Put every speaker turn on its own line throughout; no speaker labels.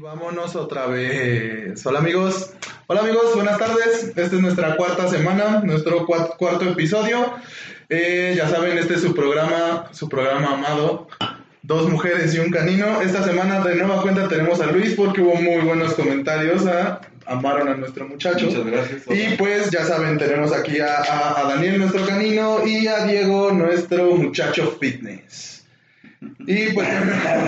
Vámonos otra vez. Hola amigos. Hola amigos, buenas tardes. Esta es nuestra cuarta semana, nuestro cua- cuarto episodio. Eh, ya saben, este es su programa, su programa amado. Dos mujeres y un canino. Esta semana de nueva cuenta tenemos a Luis porque hubo muy buenos comentarios. ¿ah? Amaron a nuestro muchacho.
Muchas gracias.
Y pues ya saben, tenemos aquí a, a- a Daniel, nuestro canino, y a Diego, nuestro muchacho fitness. Y pues,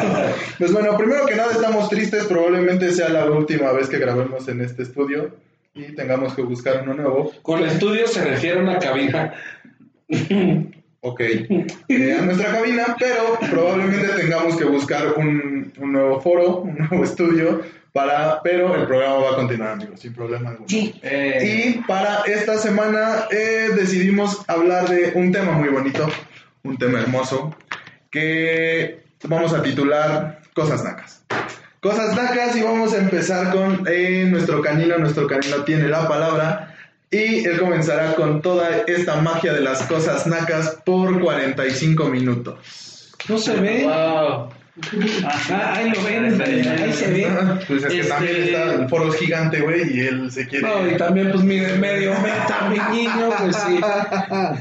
pues bueno, primero que nada estamos tristes, probablemente sea la última vez que grabemos en este estudio y tengamos que buscar uno nuevo.
Con estudio se refiere a una cabina.
Ok, eh, a nuestra cabina, pero probablemente tengamos que buscar un, un nuevo foro, un nuevo estudio, para, pero el programa va a continuar, amigos, sin problema alguno. Y
Eh,
para esta semana eh, decidimos hablar de un tema muy bonito, un tema hermoso, que vamos a titular Cosas Nacas. Cosas Nacas y vamos a empezar con eh, nuestro canino, nuestro canino tiene la palabra y él comenzará con toda esta magia de las cosas Nacas por 45 minutos.
No se ve.
wow.
Ah, ahí lo ven.
Ahí está, ahí
Ahí se ve.
Pues es que
Este-
también está el foro gigante, güey, y él se quiere...
No, y también, pues, mide medio metro, mi niño, pues sí.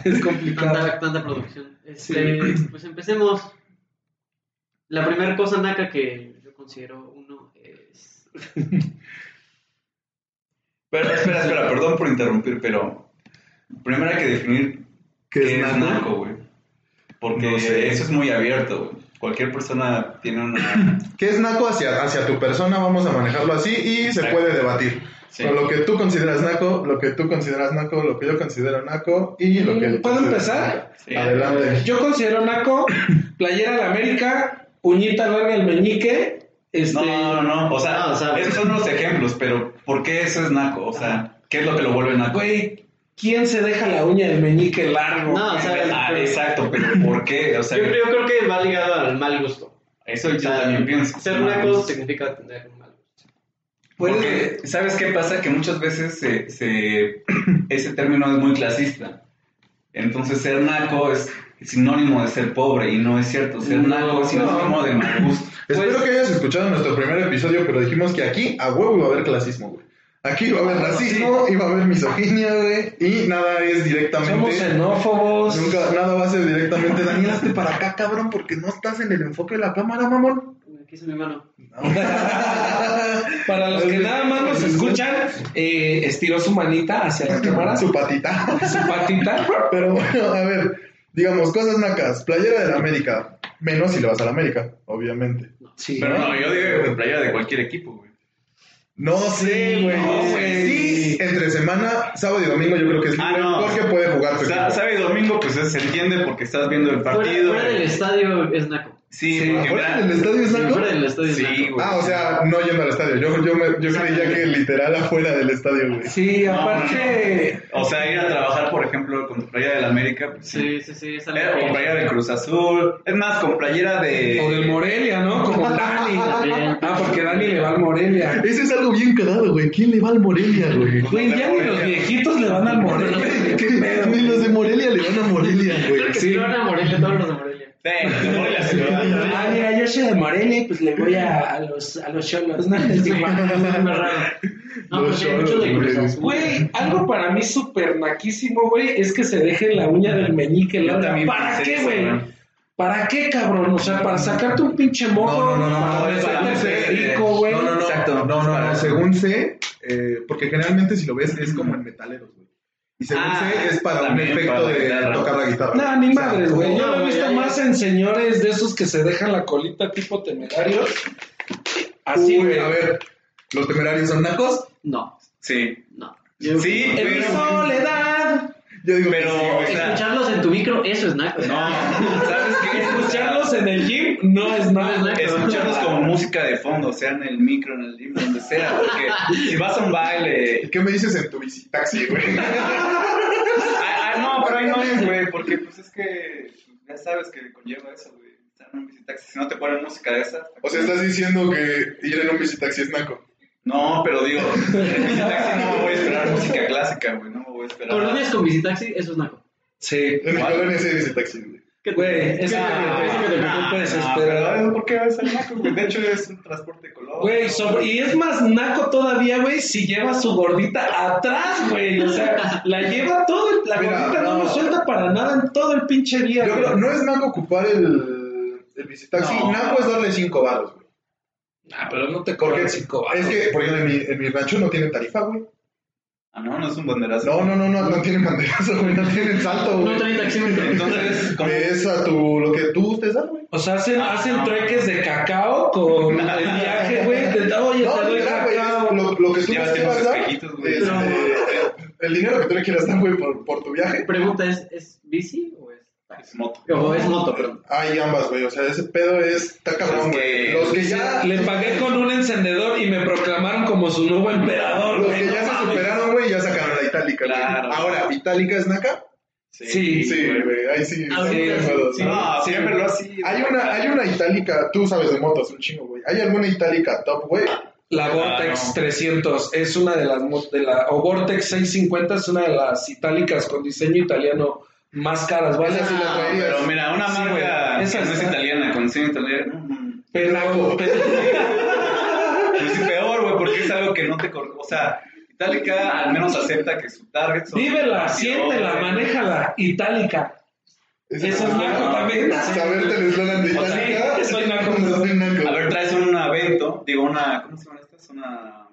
Es complicado.
Tanta, tanta producción. Este, Pues empecemos. La primera cosa naca que yo considero uno es.
Pero, espera, espera, perdón por interrumpir, pero primero hay que definir
¿Qué es naco?
güey. Porque
No sé.
eso es muy abierto, güey. Cualquier persona tiene una...
¿Qué es naco hacia, hacia tu persona? Vamos a manejarlo así y se
Exacto.
puede debatir.
Sí.
Con lo que tú consideras naco, lo que tú consideras naco, lo que yo considero naco y lo que... él
Mm, ¿Puedo
considera
empezar?
naco.
Sí.
Adelante.
Yo considero Naco, playera de la América, uñita larga el meñique. Este,
No, no, no, o sea,
No, o sea,
esos son los ejemplos, pero ¿por qué eso es naco? O sea, ¿qué es lo que lo vuelve naco?
Güey, ¿quién se deja la uña del meñique largo?
No, o sea,
Ah,
pero-
exacto, pero ¿por qué? O
yo,
sea,
creo- yo creo que va ligado al mal gusto.
eso yo
O sea,
también pienso.
Ser naco significa tener un mal gusto.
Pues-
Porque, ¿sabes qué pasa? Que muchas veces se, se- ese término es muy clasista. Entonces, ser naco es sinónimo de ser pobre y no es cierto. Ser
No,
naco es sinónimo
no.
de mal gusto.
Pues
Espero que hayas escuchado nuestro primer episodio, pero dijimos que aquí a huevo iba a haber clasismo, güey. Aquí iba a
Ah,
haber racismo, iba a haber misoginia, güey, y nada es directamente...
Somos xenófobos.
Nunca, nada va a ser directamente, Daniel, hazte para acá, cabrón, porque no estás en el enfoque de la cámara, mamón.
Aquí es mi mano.
Para los que nada más nos escuchan, eh, estiró su manita hacia la cámara, su,
Su patita.
su patita.
Pero bueno, a ver, digamos, cosas nacas. Playera de la América. Menos si le vas a la América, obviamente.
Sí.
Pero no, yo digo que playera de cualquier equipo, güey.
No sé, güey.
no,
güey.
sí, entre semana, sábado y domingo yo creo que es
Ah,
libre,
no.
porque puede jugar tu
Sa-
equipo.
Sábado y domingo, pues es- se entiende porque estás viendo el
Fuera,
partido. eh.
fuera del
güey.
estadio es naco.
Sí,
Sí,
porque
¿Fuera
da-
del estadio es
Sí,
naco?
fuera del estadio es
Sí,
naco.
güey.
Ah, o sea, no yendo al estadio. Yo, yo, me- yo creía que literal afuera del estadio, güey.
Sí,
No,
aparte.
O sea, ir a trabajar, por ejemplo, con tu playera del América, pues sí.
Sí, sí, sí. Es algo
Eh, Con
que-
playera del Cruz Azul. Es más, con playera de.
eh, O del Morelia, ¿no? Como Dani.
También.
Ah, porque Dani le va al Morelia.
Ese es algo bien cagado, güey. ¿Quién le va al Morelia, güey?
Güey, ya ni los viejitos le van al Morelia. ¿Qué pedo?
Ni los de Morelia le van a Morelia, güey.
Creo que
Sí.
sí. van a Morelia, todos los de Morelia.
Sí, me voy a la ciudad.
Ah, mira, yo soy de Morelia y pues le voy a, a los a los cholos, ¿no? Les
Sí,
digo,
es súper raro. No,
Los
pues hay muchos de
cholos,
Cruz
güey.
Azul.
Güey, algo para mí súper naquísimo, güey, es que se deje la uña del meñique
Yo
larga.
también
¿Para
pensé
qué,
eso,
güey?
¿no?
¿Para qué, cabrón? O sea, para sacarte un pinche moco.
No, no, no, no, no,
para
no,
meterte
no,
el
no,
perico, güey.
No, no, no.
Exacto.
No, no,
Para-
no. Según sé, eh, porque generalmente si lo ves es como en metaleros, güey. Y según
Ah,
sé, es para un
también para
efecto
la
de
guitarra.
tocar la guitarra.
No, ni
O sea,
madres, güey. Yo
no,
lo he
güey,
visto
ya,
más
ya.
en señores de esos que se dejan la colita tipo temerarios. Así,
Uy,
güey.
a ver, los temerarios son nacos.
No,
Sí.
no.
Sí,
En mi
pero-
soledad.
Yo digo, que
Pero,
sí, güey.
o sea,
Escucharlos en tu micro, eso es naco.
No, ¿sabes qué?
Escucharlos en el gym no es nada.
Escucharlos como música de fondo, sea en el micro, en el gym, donde sea, porque si vas a un baile.
¿qué me dices en tu bici taxi, güey?
Ah, ah, no, pero ahí no es, güey, porque pues es que ya sabes que conlleva eso, güey. Estar en un visitaxi, si no te ponen música de esa.
O sea, estás diciendo que ir en un bici taxi es naco.
No, pero digo, en el visitaxi no me voy a esperar música clásica, güey, no me voy a esperar.
Colonias con visitaxi, eso es naco.
Sí.
En mi colonia sí hay bici taxi, güey.
¿Qué te-
Güey, es que me- es
qué te-
que me-
Ah.
me- me- me- desesperado.
¿Por qué vas al naco? güey? De hecho, es un transporte de color.
Güey, sobre- y es más naco todavía, güey, si lleva su gordita atrás, güey. O sea, la lleva todo, el- la
Mira,
gordita no,
no.
lo suelta para nada en todo el pinche día,
Yo
güey.
creo, no es naco ocupar el, el visitaxi.
No.
Naco es darle cinco varos, güey.
Ah, pero no te
Porque
corres cinco
es
varos.
que, por ejemplo, en mi, en mi rancho no tiene tarifa, güey.
Ah, no, no es un banderazo.
No, no, no, no, no tienen banderazo, güey. No tienen salto,
No
güey.
traen taxímetro.
Entonces, como
Es a tu, lo que tú te das, güey.
O sea, hacen,
Ah,
hacen
no.
trueques de cacao con el viaje, güey. de, Oye,
No,
te doy
literal, güey,
cacao.
es lo, lo que tú
Llevas
te
unos
quieras dar,
espejitos, güey.
este, el dinero que tú le quieras dar, güey, por, por tu viaje.
Pregunta es, ¿es bici o es
es moto.
O es moto, perdón.
Hay ambas, güey. O sea, ese pedo es. Está cabrón,
Los
güey.
que-
Los que ya.
Le pagué con un encendedor y me proclamaron como su nuevo emperador,
Los
güey.
que
no
ya se
mames.
superaron, güey, ya sacaron la itálica. güey.
Claro.
Ahora, ¿itálica es naca?
Sí,
Sí, güey. Ahí sí.
Ah,
sí,
sí,
me acuerdo,
sí.
¿no?
No, Ah, siempre lo ha sido.
Hay una, hay una itálica, tú sabes de motos, un chingo, güey. ¿Hay alguna itálica top, güey?
La
Ah,
Vortex
no.
300 es una de las, mo- de la, o Vortex 650 es una de las itálicas con diseño italiano más caras, ¿vale?
Esa sí la
Ah,
traerías.
Pero mira, una
Sí,
marca
güey. Esa
que no es
está-
italiana, con diseño italiano. no, no.
Ah,
Pero,
Pues sí, peor, güey, porque es algo que no te cor- O sea, Itálica al menos acepta que su target son.
vívela, siéntela,
Güey.
manéjala, itálica.
Esa
Eso es
la-
naco también.
Saberte el eslogan de
O sea,
itálica.
sí, soy naco.
Soy naco.
A ver, traes un evento, digo, una. ¿Cómo se llaman estas? Una.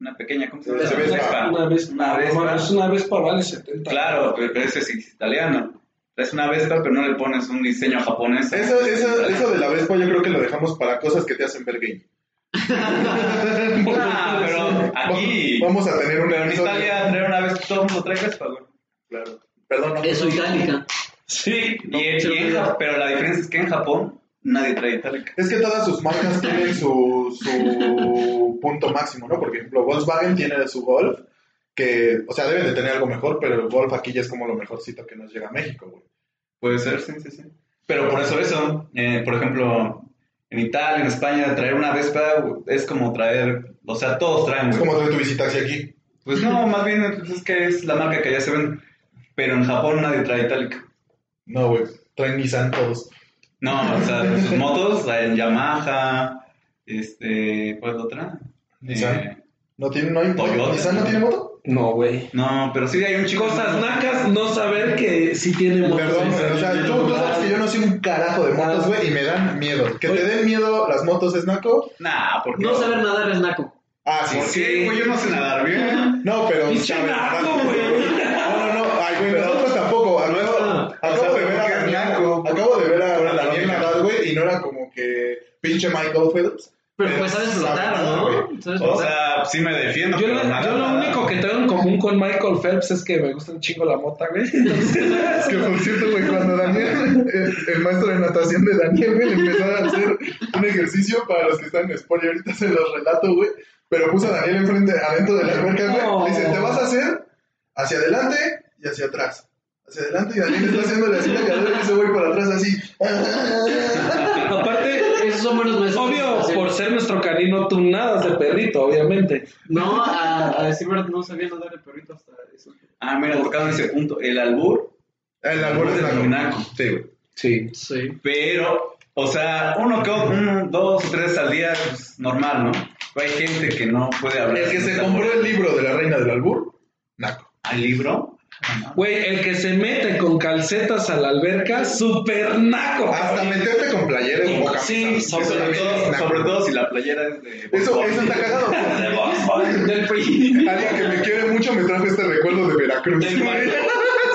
Una pequeña, ¿cómo se llama?
Una Vespa.
Una vez,
Una Vespa.
Es una vez para vale 70.
Claro, pero pero ese sí es italiano. Traes una Vespa, pero no le pones un diseño japonés.
Eso, eso, eso de la Vespa yo creo que lo dejamos para cosas que te hacen ver gay.
Ah, pero aquí.
Vamos a tener una
Pero en Italia traer una Vespa, todo el mundo trae Vespa, güey.
Claro. Perdón, no.
Eso itálica.
Sí.
Y- y en Ja- pero la diferencia es que en Japón nadie trae Itálica.
Es que todas sus marcas tienen su, su punto máximo, ¿no? Por ejemplo, Volkswagen tiene su Golf, que, o sea, deben de tener algo mejor, pero el Golf aquí ya es como lo mejorcito que nos llega a México, güey.
Puede ser, sí, sí, sí. Pero por eso eso, eh, por ejemplo, en Italia, en España, traer una Vespa güey, es como traer, o sea, todos traen,
Es
güey.
como traer tu visita hacia aquí.
Pues no, más bien pues es que es la marca que ya se vende. Pero en Japón nadie trae Itálica.
No, güey, traen Nissan todos.
No, o sea, sus motos traen Yamaha, este, ¿cuál es la otra?
Nissan.
Eh,
¿No tiene, no hay
Toyota.
¿Nissan no tiene moto?
No, güey.
no, pero sí hay un chico.
Cosas nacas, no saber que si tiene motos.
Perdón, pero, o sea, tú, tú sabes que yo no soy un carajo de motos, güey, y me dan miedo. Que te
Oye.
den miedo las motos es naco.
Nah, porque.
No saber nadar es naco.
Ah, sí.
¿Por
sí.
qué, güey? Yo no sé nadar bien.
No, pero.
Pinche
sabes,
naco,
¿verdad?
güey.
No, no, no, ay, güey, nosotros tampoco. Acabo,
Ah,
acabo
o sea,
de ver a
porque es
Damián,
blanco.
acabo de ver a
Ahora la
Damián
lógica.
nadar, güey, y no era como que pinche Michael Phelps.
Pero pues sabes
sabe
flotar,
nadar, güey.
¿no? Sabes
O
flotar.
sea, sí me defiendo.
Yo,
pero
lo-
nada,
yo lo
nada.
único que tengo en común con Michael Phelps es que me gusta un chingo la mota, güey.
Es que por cierto, güey, cuando Daniel, el, el maestro de natación de Daniel, güey, le empezó a hacer un ejercicio para los que están en sport y ahorita se los relato, güey. Pero puso a Daniel enfrente, adentro de la alberca, güey.
No.
Le dice, te vas a hacer hacia adelante y hacia atrás. Hacia adelante y Daniel está haciendo la silla cadera y se voy para atrás así. Ah,
Aparte,
Esos son buenos maestros.
obvio, por ser nuestro canino, tú nadas de perrito, obviamente.
No, a, a decir verdad, no sabía nadar el perrito hasta eso.
Ah, mira, tocando ese punto. El albur,
El albur es naco.
naco.
Sí, güey.
Sí.
Sí.
pero, o sea, uno, que otro, uno, dos, tres al día, pues normal, ¿no? Pero hay gente que no puede hablar.
El que se compró el libro de la reina del albur, naco.
¿Al libro?
Güey, el que se mete con calcetas a la alberca, super naco.
Hasta
cabrón.
meterte con playera y con
Sí,
camisa.
sobre
Eso
Sobre
también es
todo,
naco.
sobre todo si la playera es de.
Eso, eso está cagado.
De Boston.
Del PRI.
Alguien que me quiere mucho me trajo este recuerdo de Veracruz.
Del Mar-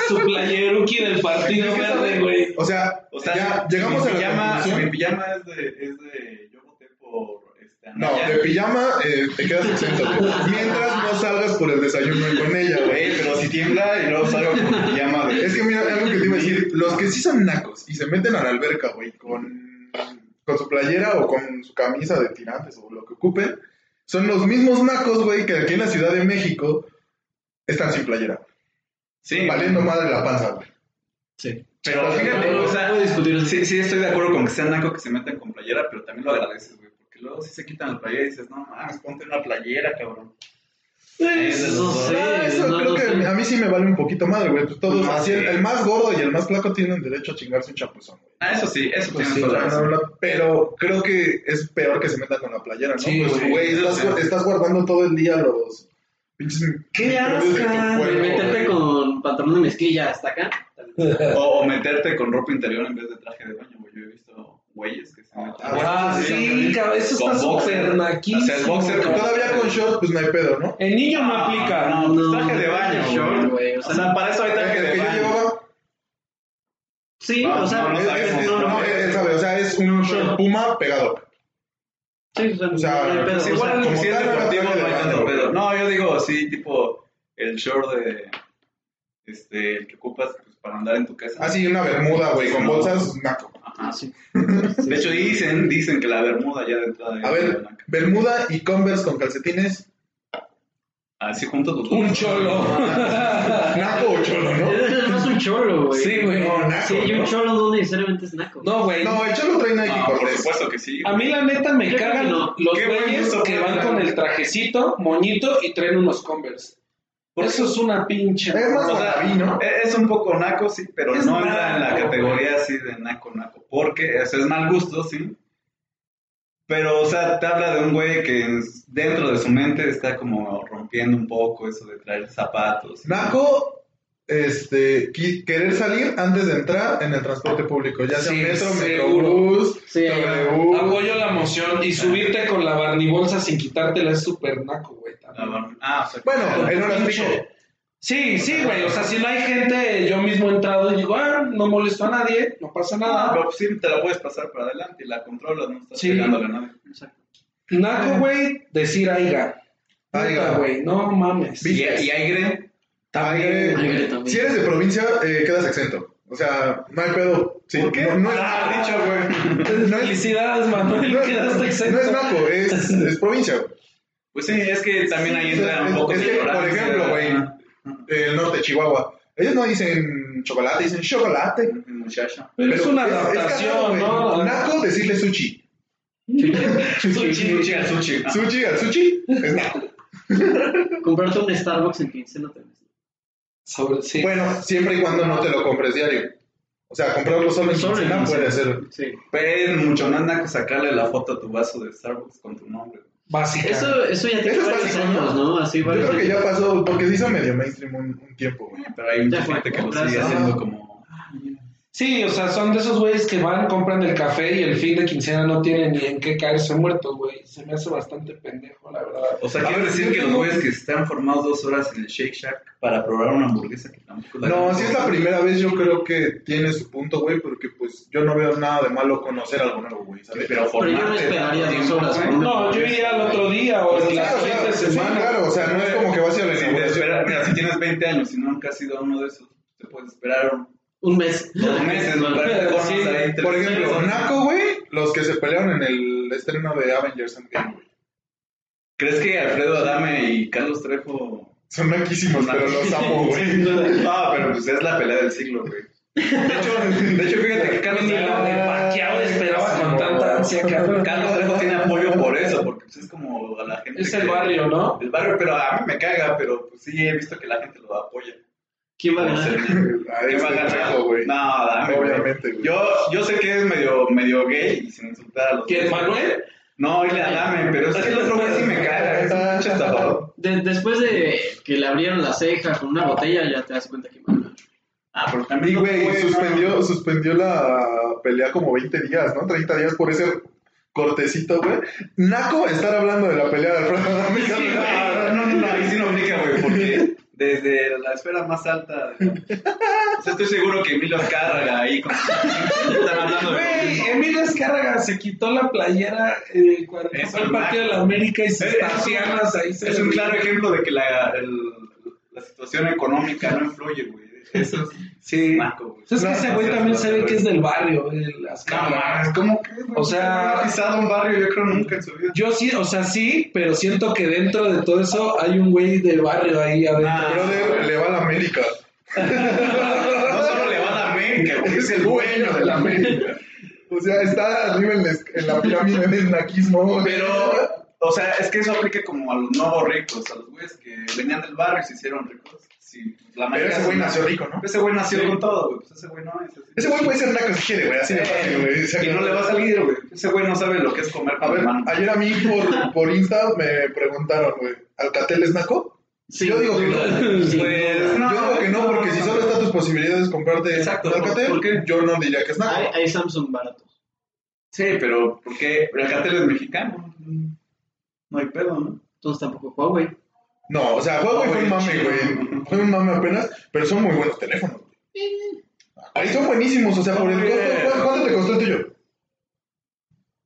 Su playeruki del partido
Es que esa-
verde, güey.
O sea,
O sea,
ya
si
llegamos
mi
a la
pijama, si mi
conclusión.
pijama es de, es de. Yo voté por. Este,
No,
Anaya.
de pijama eh, te quedas exento. güey. Mientras no salgas por el desayuno con ella, güey.
Güey, pero si tiembla y luego salgo con mi pijama de.
Es que mira, algo que te iba a decir, los que sí son nacos y se meten a la alberca, güey, con, con su playera o con su camisa de tirantes o lo que ocupen, son los mismos nacos, güey, que aquí en la Ciudad de México están sin playera,
Sí,
valiendo madre la panza, güey.
Sí.
Pero fíjate,
No, no,
o sea,
no puedo discutir eso.
sí, sí estoy de acuerdo con que sea naco que se metan con playera, pero también lo agradeces, güey, porque luego sí se quitan la playera y dices, no mames, ponte una playera, cabrón. Es
No sé,
Ah, eso
no
creo
lo
que
sé.
a mí sí me vale un poquito madre, güey. Pues todos,
Ah,
así el,
sí.
el más gordo y el más flaco tienen derecho a chingarse un chapuzón, güey.
Ah, eso Ah, sí, eso
Pues
tienes
sí,
toda la
Pero,
razón.
pero creo que es peor que se meta con la playera, ¿no?
Sí,
pues,
güey.
güey, estás,
Sí.
estás guardando todo el día los pinches.
¡Qué
microbios de tu
asco!
cuerpo,
Güey,
güey.
Ah, meterte con pantalón de mezclilla hasta acá.
O, o meterte con ropa interior en vez de traje de baño, güey. Yo he visto güeyes que se meten.
Ah, sí, cabrón, eso
Con
está
boxer.
súper naquísimo.
O sea, el boxer con-
Todavía con short, pues no hay pedo, ¿no?
En niño no aplica.
No, pues, traje de baño,
no,
güey.
güey. O sea,
para eso hay
El
traje
que
de
yo
baño.
llevaba
sí,
no,
o sea,
no, no
es-
sabemos,
es-
no, no,
no,
no.
es- es- sabe, o sea, es un short puma pegado.
Sí, o sea,
O sea,
no hay pedo,
Pues
o sea,
igual,
como
si es
tal,
deportivo,
traje de
no hay
baño,
tanto
güey.
pedo. No, yo digo, sí, tipo el short de. Este, el que ocupas pues, para andar en tu casa.
Así Ah, una bermuda, güey, con
No.
bolsas, naco.
Ajá.
ah, sí.
De hecho, dicen, dicen que la bermuda ya de entrada es
A ver,
blanca.
bermuda y converse con calcetines,
Así juntos Ah, los
Un
dos. Ah,
cholo.
naco o cholo, ¿no?
Es más un cholo, güey.
Sí, güey.
No, naco.
Sí, y un
¿no?
cholo no necesariamente es naco.
No, güey.
No, el cholo trae Nike
No, Ah, por
Cortez.
supuesto que sí.
A mí la neta me
Yo creo
cagan
que no.
los
Qué buen
güeyes
gusto,
que
güey.
van con el trajecito, moñito y traen unos Converse. Eso es una pinche.
Es más
O sea, e-,
guanabí, ¿no?
Es un poco naco, sí, pero
Es
no entra en la
naco,
categoría así de naco, naco. Porque, o sea, es mal gusto, sí. Pero, o sea, te habla de un güey que en- dentro de su mente está como rompiendo un poco eso de traer zapatos.
Naco, este, qui- querer salir antes de entrar en el transporte público, ya sea
Sí,
metro,
seguro.
metrobús,
Sí,
trolebús.
Apoyo la moción y subirte con la barnibolsa sin quitártela es súper naco, güey. también.
Ah, o sea,
Bueno, en horas pico.
Sí, sí, güey. O sea, si no hay gente, yo mismo he entrado y digo, ah, no molesto a nadie, no pasa
Ah,
nada.
pero sí te la puedes pasar para adelante y la controlas, no estás
Sí.
pegándole a nadie.
Exacto.
Naco, güey, decir aiga.
Aiga.
Neta, güey, no mames.
Y, y hay gre-
Aire.
Aire también.
Si eres de provincia, eh, quedas exento. O sea, no hay pedo. Sí,
¿Por qué?
No, no
Ah,
es,
dicho, güey.
no es-
Felicidades, Manuel,
no es-
quedaste exento.
no es naco, es, es provincia. güey.
Pues sí, es que también ahí
Sí, o
entra
sea,
un poco
es
de
que, por
ignorancia.
ejemplo, güey. El norte de Chihuahua. Ellos no dicen chocolate, dicen chocolate.
Muchacho.
Pero es una
cagado,
adaptación,
güey.
¿no?
Naco decirle sushi.
Sushi, chica, sushi. Ah.
Sushi al sushi es naco.
Comprarte un Starbucks en 15 no tenés.
Sobre, sí.
Bueno, siempre y cuando no te lo compres diario. O sea, comprarlo solo en
Solo en
quincena
quincena.
Pues, puede ser.
Sí.
Pero es mucho más naco sacarle la foto a tu vaso de Starbucks con tu nombre.
Básica.
Eso, eso ya tiene
Eso es
varios
básico,
años, ¿no? Así,
Yo
varios
creo que
años.
ya pasó, porque se hizo medio mainstream un, un tiempo, güey.
Pero hay mucha
Ya fue,
gente que
¿no?
lo sigue
Gracias.
haciendo como.
Sí, o sea, son de esos güeyes que van, compran el café y el fin de quincena no tienen ni en qué caerse muertos, güey. Se me hace bastante pendejo, la verdad.
O sea,
A
quiero
ver, Ah,
decir
yo
que los
tengo-
güeyes que están formados dos horas en el Shake Shack para probar una hamburguesa que tampoco la
No, si es la primera vez, yo creo que tiene su punto, güey, porque pues yo no veo nada de malo conocer algo nuevo, güey, ¿sabes?
Pero
Pero
formarte.
yo no esperaría
tanto tiempo,
dos horas.
güey.
por una
No, yo
hamburguesa.
iría al otro día o
Pues,
en
sí,
la
o
fin
sea,
de
sí,
semana.
claro, o sea, no es como que vas a ir a la
Si te
inauguración.
esperas- mira, si tienes 20 años y nunca has ido a uno de esos, te puedes esperar un-
Un mes.
dos meses. ¿no? Para que comas ahí tres
Por ejemplo,
personas.
Naco, güey, los que se pelearon en el estreno de Avengers Endgame, güey.
¿Crees que Alfredo Adame y Carlos Trejo
Son naquísimos, pero los amo, güey.
No, pero pues es la pelea del siglo, güey. De hecho, de hecho fíjate que Carlos
Ni la de
Trejo,
Pacquiao esperaba con tanta ansia, cabrón.
Carlos Trejo tiene apoyo por eso, porque pues, es como a la gente.
Es
que-
el barrio, ¿no?
El barrio, pero a mí me caga, pero pues sí he visto que la gente lo apoya.
¿Quién va a
Por
ganar?
ser negro.
A
¿Qué
este
va a ganar?
Naco, güey.
No, dame, güey.
Obviamente, güey.
Yo, yo sé que es medio, medio gay y sin insultar a los.
¿Quién, Manuel?
No, él la dame, pero es que el otro güey sí me caga. Es
Ah,
un pinche estafador.
De- después de que le abrieron la ceja con una botella, ya te das cuenta que va a ganar.
Ah, pero
Y,
también.
güey,
no,
suspendió, suspendió la pelea como 20 días, ¿no? 30 días por ese cortecito, güey. Naco va a estar hablando de la pelea de Alfredo Adame.
Sí, güey, no, no, no, ahí sí no aplica, güey, porque desde la esfera más alta. de- O sea, estoy seguro que Emilio Azcárraga ahí con. Están hablando de.
Güey, Emilio Escárraga se quitó la playera eh, cuando
Es
fue el
un
partido de
naco.
la América y
Es-
sus
es un-
pasiones ahí se
Eh, Es
le
un
veía.
claro ejemplo de que la, el- la situación económica no influye, güey. Eso es
Sí.
naco, güey.
Es que
No,
ese güey también se ve que es del barrio, el
No
Azcárraga.
mames, ¿cómo que? güey?
O sea-
No ha pisado un barrio, yo creo, nunca en su vida.
Yo sí, o sea, sí, pero siento que dentro de todo eso hay un güey de barrio ahí
Ah.
adentro.
Brother, le va a la América.
No solo le va a la América, güey,
Es el dueño de la América. O sea, está arriba en la, es- en la pirámide del naquismo. güey.
Pero, O sea, es que eso aplica como a los nuevos ricos, a los güeyes que venían del barrio y se hicieron ricos. Sí, la
Pero
mayoría
ese
son-
güey nació rico, ¿no?
Ese güey nació
Sí.
con todo, güey. Pues ese güey no es así.
Ese güey puede ser naco si quiere, güey. Así de fácil, güey. O sea,
Eh, Y no le va a salir, güey. Ese güey no sabe lo que es comer
A
con la
ver,
mano.
ayer a mí por, por Insta me preguntaron, güey, ¿Alcatel es naco?
Sí,
Yo digo que no.
sí.
Pues no.
yo digo que no, porque si solo están tus posibilidades de comprarte
Exacto,
un Alcatel,
¿por qué?
yo no diría que es naco.
Hay, hay Samsung baratos.
Sí, pero ¿por qué? El cartel es mexicano. No hay pedo, ¿no?
Entonces tampoco Huawei.
No, o sea, Huawei fue un mame,
Chido.
güey. Fue un mame apenas, pero son muy buenos teléfonos. güey. Ahí son buenísimos, o sea, por el
Hombre.
costo. ¿cu- ¿Cuánto te costó el tuyo?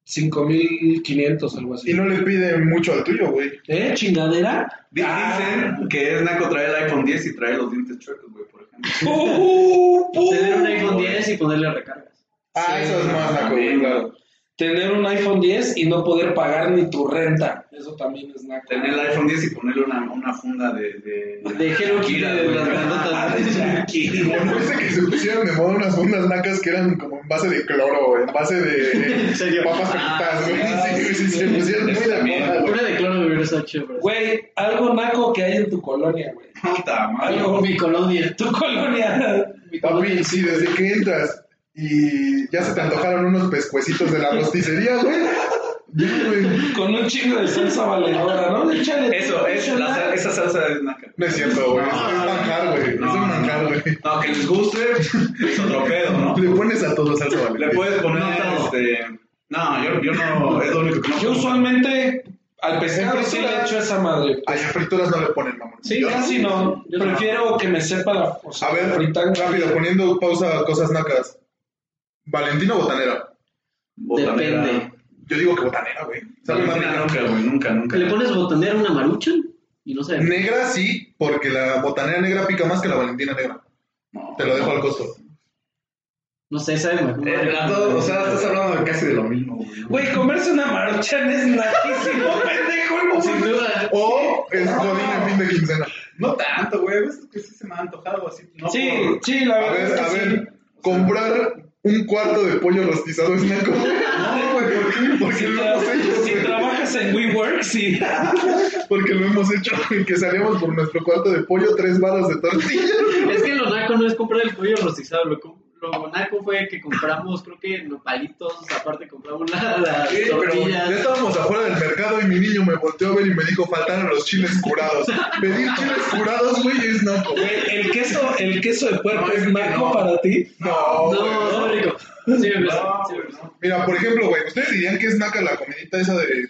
5500, algo
Y
así.
no le piden mucho al tuyo, güey.
¿Eh? ¿Chingadera?
Di-
Ah.
Dicen que es naco traer el iPhone 10 y traer los dientes chuecos, güey, por ejemplo.
Uh-huh. ¡Pum, pum!
Tener un iPhone 10 y ponerle recargas.
Ah,
Sí,
eso es más naco, güey,
también.
claro.
Tener un iPhone 10 y no poder pagar ni tu renta. Eso también es naco.
Tener el iPhone 10 y ponerle una, una funda de... De,
De Hello Kitty,
Kira,
de
güey.
las
Ah,
grandotas.
de
Y
Shakira.
bueno, viste que se pusieron de moda unas fundas nacas que eran como en base de cloro, en base de
¿En serio?
papas
Ah,
fritas, güey.
ah,
Sí, sí, sí,
sí,
se pusieron muy
eso
de
también.
moda, güey.
Una de cloro hubiera estado chido, pero-
Güey, algo naco que hay en tu colonia, güey.
Puta madre.
Algo-
Mi colonia.
Tu colonia.
Mi colonia.
Papi, sí, desde que entras y ya se te antojaron unos pescuecitos de la rosticería, güey. Ya, güey.
Con un chingo de salsa valedora, ¿no? Échale.
Eso, es, la sal- esa salsa es naca.
No es cierto, güey. Es
No,
es manjar, güey. Es un manjar, güey.
No, que les guste es otro pedo, ¿no?
Le pones a todo salsa
Le
valentina.
puedes poner
No, no.
este. No, yo, yo no. Es lo único que no.
Yo
como.
usualmente al pescado
En
sí
fritura.
le echo esa madre.
Ay, a frituras no le ponen, mamón.
Sí,
Yo-
Casi no.
Yo no.
Prefiero que me sepa la o sea,
A ver,
frita.
rápido, poniendo pausa a cosas nacas. Valentino Botanera.
Botanera.
Depende.
Yo digo que botanera, güey. Sabe más
Valentina
rica.
nunca, güey, nunca, nunca.
¿Le pones botanera a una maruchan? Y no sabe.
Negra sí, porque la botanera negra pica más que la valentina negra.
No.
Te lo dejo al costo.
No sé, sabe mejor.
Eh, las dos, o sea, estás hablando de casi de lo mismo, güey.
Güey, comerse una maruchan es naquísimo, pendejo. no
Sin
mames.
duda.
O es godín en fin de quincena.
No tanto, güey. Es que sí se me ha antojado así. No
Sí,
por-
sí, la
A
verdad. es
ver,
que
a
sí.
ver, comprar un cuarto de pollo rostizado es naco. No, güey, ¿por qué? Porque
Si
lo
tra-
hemos hecho,
si
güey.
trabajas en WeWork, sí.
Porque lo hemos hecho, güey, que salíamos por nuestro cuarto de pollo tres varas de tortilla.
Es que lo naco no es comprar el pollo rostizado. Lo, com- lo naco fue que compramos, creo que nopalitos. Aparte, compramos la, las
Sí, pero ya
tortillas.
estábamos afuera del mercado y mi niño me volteó a ver y me dijo, faltaron los chiles curados. Pedir chiles curados, güey, es naco.
Güey, el queso, el queso de puerco
No, es
es
que
naco
no.
para ti.
No,
No,
güey,
no,
no.
sabe rico. Sí, me gusta,
No,
sí, me
güey,
gusta.
no.
Mira, por ejemplo, güey, ¿ustedes dirían que es naca la comidita esa de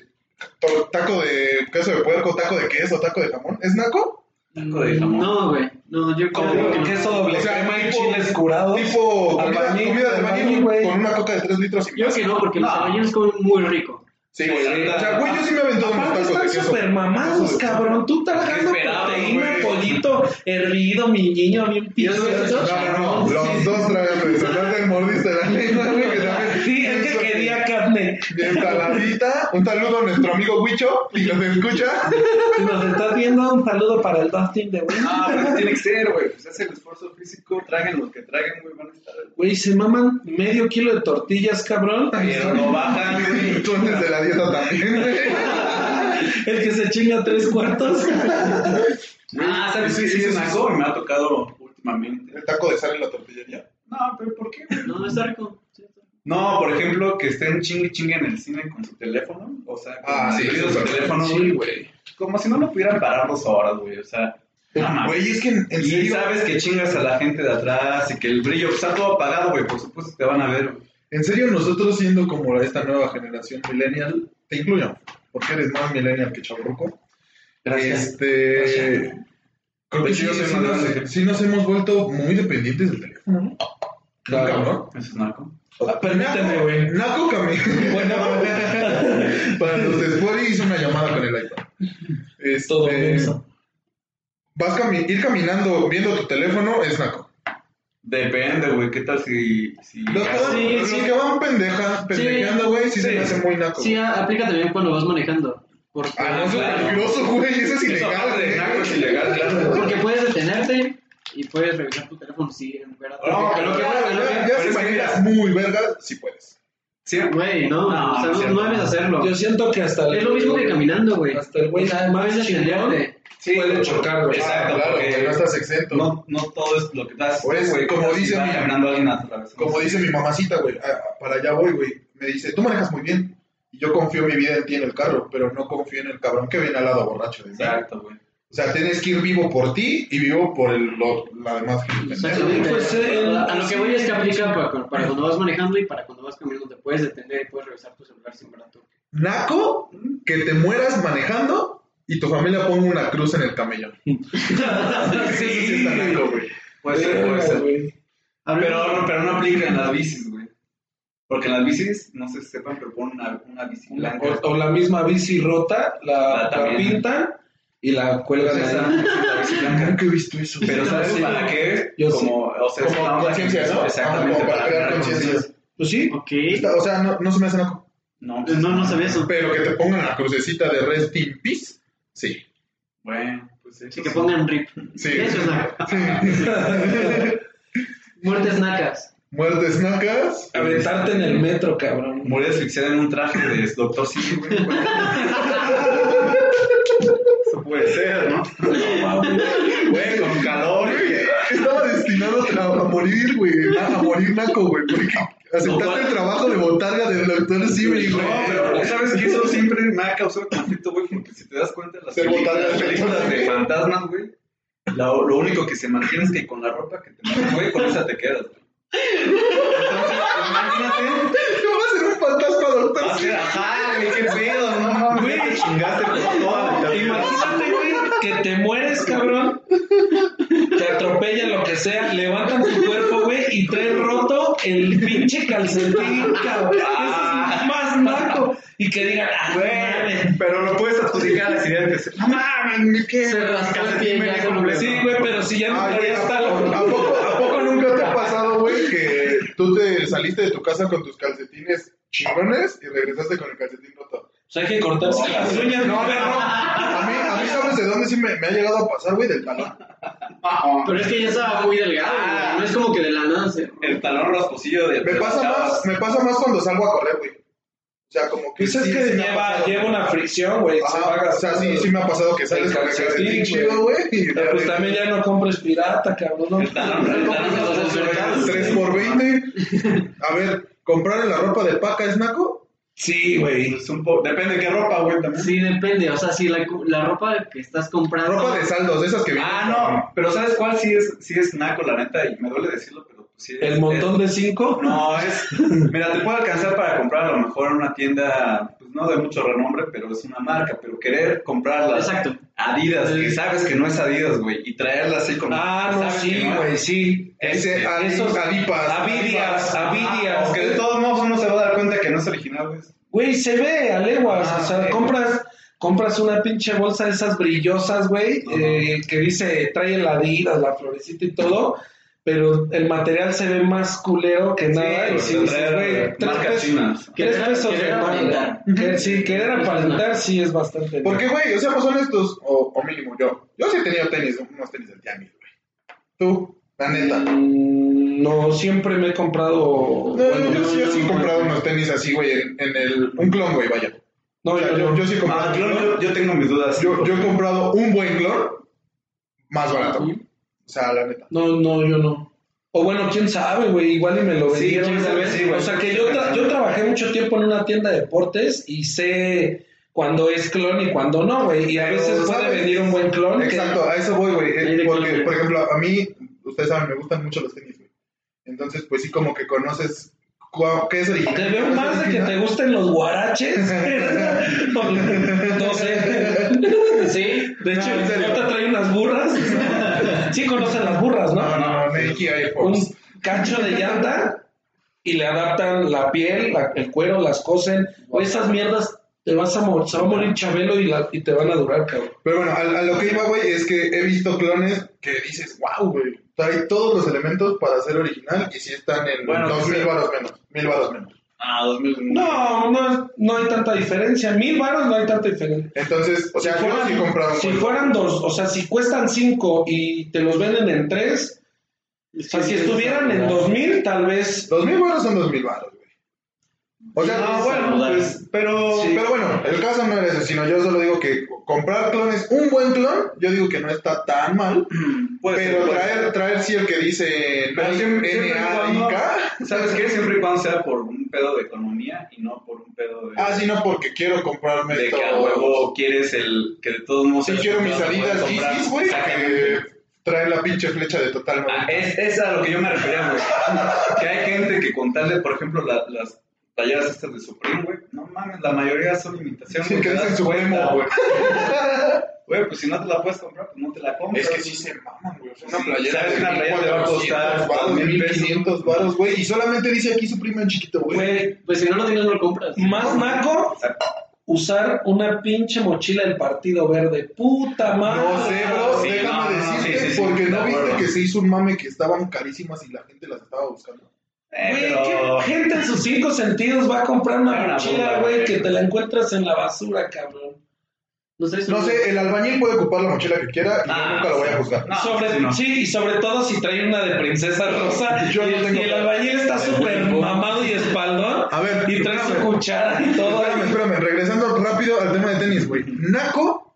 to- taco de queso de puerco, taco de queso, taco de jamón? ¿Es naco?
Taco de jamón.
No, güey. No, yo creo que
Con
no.
queso doble
O sea,
crema y
tipo-
chiles curados.
Tipo comida,
Albañil,
comida de baño
albañil, güey.
con una coca de 3 litros y
Yo creo
más.
que no, porque los
No.
albañiles comen muy rico.
Sí, güey.
Sí,
O sea, güey, yo sí me he aventado unos
Aparte
tacos de
están
queso.
súper mamados, cabrón. Tú tragando
Esperado,
proteína,
güey.
pollito hervido, mi niño, bien
Yo no
pisoso.
veo
No, no, no. Los dos tragan representantes mordiste la lengua, güey, que también.
Sí, es que quería carne.
Bien taladita. Un saludo a nuestro amigo Huicho, si nos escucha.
Si nos estás viendo, un saludo para el Dustin de Wii.
No, Ah, pero tiene que ser, güey. Pues es el esfuerzo físico. Traguen lo que traguen, güey. Van a estar.
Güey, se maman medio kilo de tortillas, cabrón.
Pero no bajan, güey.
Entonces de la dieta también, güey.
El que se chinga tres cuartos.
Ah, ¿sabes
Sí,
qué? Sí,
sí,
es
sí,
una
sí.
cosa que me ha tocado últimamente.
El taco de sal en la tortillería.
No, pero ¿por qué? güey?
No, está rico. Sí, está rico.
No, por ejemplo, que estén chingue chingue en el cine con su teléfono. O sea, con
Ah, sí,
el
eso
su
es
teléfono. güey.
güey.
Como si no lo pudieran parar dos horas, güey. O sea, no mames.
Güey, es que en en
Y
serio.
sabes que chingas a la gente de atrás y que el brillo pues, está todo apagado, güey. Por supuesto te van a ver. güey.
En serio, nosotros siendo como esta nueva generación millennial, te incluyo, porque eres más millennial que chaburruco. Este, creo que
De
sí,
hecho, yo soy
sí
más grande que-
nos, sí nos hemos vuelto muy dependientes del teléfono, ¿no? Cabrón.
Eso es narco.
Permíteme, güey.
Naco Cami.
Bueno,
Para los de Spotify hice una llamada con el iPad. Este,
todo eso.
Vas cami- ir caminando viendo tu teléfono es naco.
Depende, güey. ¿Qué tal si. si
Los, que van-
Sí,
los
sí.
que van pendeja, pendejeando, güey, sí, se
Sí.
me hace muy naco.
Sí, a- aplica también cuando vas manejando. Porque,
Ah, no, eso
claro.
es peligroso, güey. Eso es
Eso,
ilegal,
aparte de
güey.
narco es ilegal, claro.
porque puedes detenerte y puedes revisar tu teléfono si en verdad.
No,
No,
pero
pero
que-
ya,
pero
ya,
es
si
que
manejas muy verga, sí puedes.
Sí,
Güey, no,
No,
o sea,
no es
no,
cierto.
no debes hacerlo.
Yo siento que hasta el-
Es lo mismo que caminando, güey.
Hasta el güey
Nada más
más
es
chingón
atenderte.
sí.
puede chocar, güey.
Exacto.
claro,
porque-
güey, no estás exento.
No, no todo es lo que das.
Por eso,
güey,
como
cosas que
dice
va
mi-
caminando alguien a través.
Como dice mi mamacita, güey, a- para allá voy, güey. Me dice, tú manejas muy bien. Y yo confío mi vida en ti en el carro, pero no confío en el cabrón que viene al lado borracho de mí.
Exacto, güey.
O sea, tienes que ir vivo por ti y vivo por el, lo- la demás gente.
Exactamente.
Pues, eh,
a lo que voy es que aplica para, para cuando vas manejando y para cuando vas caminando. Te puedes detener y puedes revisar tu celular sin ver la turca.
Naco, que te mueras manejando y tu familia ponga una cruz en el camellón. Eso sí está naco, güey.
Puede ser, puede
Verga,
ser. Ah,
güey.
Pero, pero no aplica en las bicis, güey. Porque en las bicis, no sé si sepan, pero ponen una, una bici blanca.
O, o la misma bici rota,
Ah,
la,
La
la,
también.
pintan y la cuelgan
Entonces,
ahí.
esa- la bici blanca.
Nunca he visto eso.
Pero ¿sabes
Sí.
para qué?
Yo
como, o sea,
Como
es una onda
conciencia,
que-
¿no?
Exactamente,
Como para crear
crear
conciencia.
Pues sí,
Ok.
Está- O sea, no, no se me hace naco.
No,
No, no sabía eso.
Pero que te pongan la crucecita de Rest in Peace, sí.
Bueno, pues eso
Así que pongan rip.
Sí.
Eso es naca.
Sí.
Muertes nacas.
Muertes nacas.
aventarte en el metro, cabrón.
Morir asfixiado en un traje de Doctor Simi, güey. Eso puede ser, ¿no? No, mames. Güey, con calor. y-
Estaba destinado a, a morir, güey. A, a morir naco, güey. Porque aceptaste el trabajo de botarga del doctor Simi,
No,
güey.
pero ¿sabes que Eso siempre me ha causado conflicto, güey, porque si te das cuenta, las
Ser botarga
películas,
de
películas de fantasmas, güey, la- lo único que se mantiene es que con la ropa que te mandan, güey, con esa te quedas, güey. Entonces, imagínate
Yo voy a ser un fantasma, doctor
Va a ser, ajá, güey, qué pedo, no mames.
Güey.
ya te chingaste por toda la vida.
Imagínate, güey, que te mueres, cabrón. Te atropellan lo que sea, levantan tu cuerpo, güey, y traes roto el pinche calcetín, cabrón. Eso es más naco. Y que digan, ah,
Güey, pero lo puedes adjudicar a las ideas. No mames, me quedo.
Se rasca el pie ya con
Sí, güey, pero si ya no
Ay, güey,
traías
¿a,
talón.
poco, ¿a, poco, a poco nunca te ha pasado, güey, que tú te saliste de tu casa con tus calcetines chingones y regresaste con el calcetín roto?
O sea, Pues hay que cortarse las uñas, no,
A mí, a mí ¿sabes de dónde sí me, me ha llegado a pasar, güey? Del talón.
Pero es que ya estaba muy delgado.
Ah.
güey. No es como que de la nada se.
El talón rasposillo de.
Me pasa más, me pasa más cuando salgo a correr, güey. O sea, como que...
Pues es
sí,
que
sí me ha
lleva,
pasado.
lleva una fricción, güey. Se va
Ajá, o sea,
gastando.
sí, sí me ha pasado que sales
El
con el calcetín
calcetín,
chido, güey. y
Pero pues
ya-
también ya no compres pirata, cabrón. ¿no?
El talón, el talón rasposillo, güey.
3 por 20. A ver, ¿comprar la ropa de paca es naco?
Sí, güey.
Es un po- Depende de qué ropa, güey, también.
Sí, depende. O sea, si la, cu- la ropa que estás comprando.
Ropa de saldos, de esas que vienen.
Ah, no, pero ¿sabes cuál? Sí es, sí es naco, la neta, y me duele decirlo, pero pues sí. es-
El montón de cinco.
es- no, es. Mira, te puede alcanzar para comprar a lo mejor en una tienda, pues no de mucho renombre, pero es una marca, pero querer comprarla.
Exacto.
Adidas, que sabes que no es Adidas, güey, y traerla así como.
Ah, no,
sabes que
sí, güey, sí.
Ese, a-
Este, Esos-
adipas.
Avidias,
Ah,
avidias.
Aunque de todos modos uno se va a dar cuenta que no es original, güey.
Güey, se ve a leguas.
Ah,
o sea,
sí.
compras, compras una pinche bolsa de esas brillosas, güey,
Ajá.
eh, que dice trae la Adidas, la florecita y todo. Pero el material se ve más culero que nada.
pues,
y
güey,
si dices,
traer
güey, tres
marcas
pesos-
chinas.
tres
Querer-
pesos
querer
de más,
aparentar. Pues,
¿no? Que- Sí, querer
Eso es
aparentar sí es bastante.
Porque, güey, o seamos honestos, o, o mínimo yo. Yo sí he tenido tenis, unos tenis del tianguis, güey. Tú, la neta.
Mm, No, siempre me he comprado.
No,
bueno,
yo, sí- yo sí he
no,
comprado unos tenis así, güey, en, en el... Un clon, güey, vaya.
No,
O sea,
yo,
yo,
no.
yo sí he comprado...
Ah, yo, yo- yo tengo mis dudas.
yo, yo he comprado un buen clon más barato.
Ujú.
O sea, la neta.
No, no, yo no. O bueno, quién sabe, güey, igual y me lo
Sí,
vendieron.
quién sabe, sí, güey.
o sea, que yo, tra- yo trabajé mucho tiempo en una tienda de deportes y sé cuándo es clon y cuándo no, güey. Y a
Pero,
veces puede
¿sabes?
venir un buen clon. que-
Exacto, a eso voy, güey.
Ahí
Eh,
de
Porque,
clon,
por
güey.
ejemplo, a mí, ustedes saben, me gustan mucho los tenis, güey. Entonces, pues sí, como que conoces cua- qué es original.
Te veo más de que te gusten los guaraches. no sé.
Sí.
De hecho,
en serio.
no te trae unas burras. Sí conocen las burras, ¿no?
No, no, no, Nike Air Force.
un cacho de llanta y le adaptan la piel, la- el cuero, las cosen. O esas mierdas te vas a morir, se va a morir Chabelo y, la- y te van a durar, cabrón.
Pero bueno, a, a lo que iba, güey, es que he visto clones que dices, wow, güey, trae todos los elementos para ser original y si están en
Bueno,
dos
sí.
mil baros menos, mil baros menos.
Ah, 2000.
No, no, es- no hay tanta diferencia. Mil varos no hay tanta diferencia.
Entonces, o sea,
si
yo
fueran,
sí he comprado un
si
buen-
fueran dos, o sea, si cuestan cinco y te los venden en tres, o sea, si estuvieran en dos mil, tal vez
Dos mil baros son dos mil baros, güey. O sea,
No,
pues,
bueno, pues, pero.
pero- pero bueno, el caso no era eso, sino yo solo digo que comprar clones, un buen clon, yo digo que no está tan mal,
puede ser,
pero
puede
traer,
ser.
traer sí el que dice
Pero siempre- siempre y cuando-
N-A-I-K,
¿Sabes qué? Siempre y cuando sea por un pedo de economía y no por un pedo de.
ah, sí, no, porque quiero comprarme
de que a
todo.
huevo pues, quieres el. Que de todos modos.
Sí,
el
quiero mis
comprar,
adidas
puedes comprar.
Yeezys, güey,
Exactamente.
que traen la pinche flecha de total
Ah,
Madrid.
es, es a lo que yo me refería, güey. Que hay gente que con tal de, por ejemplo, la- las playeras estas de Supreme, güey. No mames, la mayoría son imitaciones.
Sí,
güey,
que
te
dicen
das
Supremo,
cuenta.
güey.
Güey, pues si no te la puedes comprar, pues no te la compras.
Es que sí se maman, güey. O sea,
Sí,
Una playera
¿sabes?
de
Una playera te va a costar
1400 varos,
2000 pesos.
1500 varos, güey. Y solamente dice aquí su prima en chiquito, güey.
Güey,
Pues si no lo tienes, no lo compras.
más naco
Exacto.
usar una pinche mochila del Partido Verde. Puta madre.
No sé, bro.
sí,
déjame
no, no,
decirte,
sí, sí, sí,
porque
de
no
acuerdo.
viste que se hizo un mame que estaban carísimas y la gente las estaba buscando.
Eh,
Güey,
pero-
¿qué gente en sus cinco sentidos va a comprar una
Era una
mochila,
bomba,
güey,
güey.
que te la encuentras en la basura, cabrón?
No sé,
No sé, eh. el albañil puede ocupar la mochila que quiera y yo
Ah,
nunca lo voy a
sí.
juzgar.
No,
sobre,
sí, no.
Sí, y sobre todo si trae una de princesa rosa.
Yo
y,
no tengo
y el
plata.
albañil está súper mamado y espaldón.
A ver,
y trae su
espérame.
cuchara y todo.
Espérame, espérame, regresando rápido al tema de tenis, güey. Naco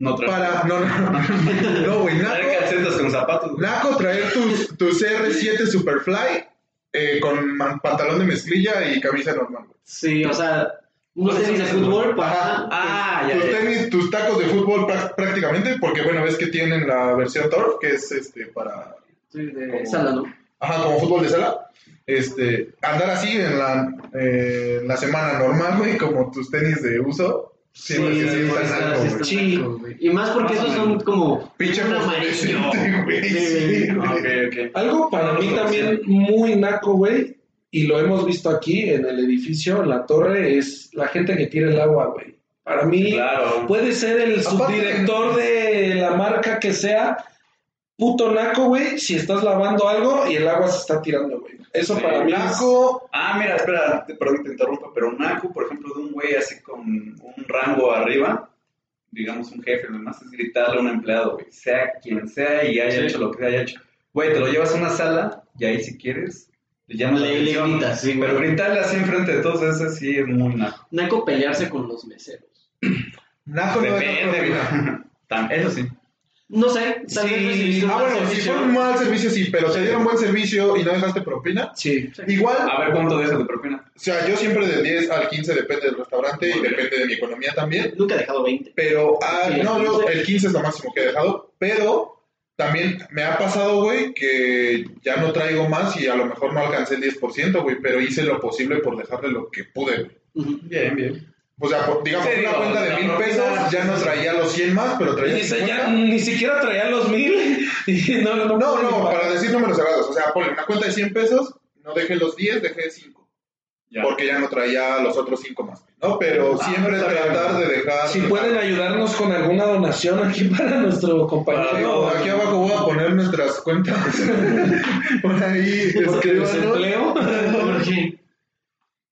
No trae.
para. No, no, no. No, güey,
Trae
Naco.
calcetas con zapatos, güey.
Naco, traer tus, tu CR7 Superfly eh, con man- pantalón de mezclilla y camisa normal. güey.
Sí, o sea, unos tenis de fútbol para.
Ah, ya,
tus
ya.
tenis, tus tacos de fútbol prá- prácticamente, porque bueno, ves que tienen la versión Torf, que es este para.
Sí, de
Como-
sala, ¿no?
Ajá, como fútbol de sala. Este, andar así en la, eh, en la semana normal, güey, como tus tenis de uso. Siempre que se usan
está-
algo, güey.
sí
Ah,
está
Sí.
naco, güey. Y más porque
Más o
esos son
menos.
como.
Pinche
un amarillo.
fosforescente, güey.
Sí,
sí,
no,
güey.
Ah, Ok, ok.
Algo para mí también muy naco, güey, y lo hemos visto aquí en el edificio, en la torre, es la gente que tira el agua, güey. Para mí
Claro.
puede ser el
Aparte-
subdirector de la marca que sea, puto naco, güey, si estás lavando algo y el agua se está tirando, güey. Eso
Sí,
para mí es...
Naco,
Ah, mira, espera, te- perdón que te interrumpa, pero Naco, por ejemplo, de un güey así con un rango arriba, digamos un jefe, nomás es gritarle a un empleado, güey, sea quien sea y haya
Sí.
hecho lo que haya hecho. Güey, te lo llevas a una sala y ahí si quieres, le llamas la
Le, le
atención.
gritas, sí,
Pero
güey.
gritarle así enfrente de todos, eso sí es muy naco.
Naco pelearse con los meseros.
Naco no es
Depende,
naco,
güey.
güey.
Tam- Eso sí.
No sé, tal vez
Sí.
recibiste un
Ah,
mal
bueno, si
servicio.
fue un mal servicio, sí, pero te dieron buen servicio y no dejaste propina.
Sí.
Igual,
A ver cuánto de eso te propina.
O sea, yo siempre del 10 al 15 depende del restaurante y
Muy bien.
depende de mi economía también.
Nunca he dejado 20.
Pero, ah,
Sí,
no,
el
yo
15.
el 15 es lo máximo que he dejado. Pero también me ha pasado, güey, que ya no traigo más y a lo mejor no alcancé el 10%, güey, pero hice lo posible por dejarle lo que pude, güey.
Ujú.
Bien, bien.
O sea, por- digamos,
Sí,
una
digo,
cuenta de
la
mil
propina-
pesos, ya no traía los 100 más, pero
Y
traía
dice,
50.
ya ni siquiera traía los mil. Y no, no,
No,
puedo ni
no,
pagar.
para decir números cerrados. O sea, ponle una cuenta de 100 pesos, no dejé los 10, dejé 5.
Ya.
porque ya no traía los otros cinco más. No, pero
Ah,
siempre
está bien.
tratar de dejar.
Si pueden ayudarnos con alguna donación aquí para nuestro compañero.
Digo, aquí abajo voy a poner nuestras cuentas. Por ahí este,
Pues
Porque
escríbanos.
desempleo.
Jorge,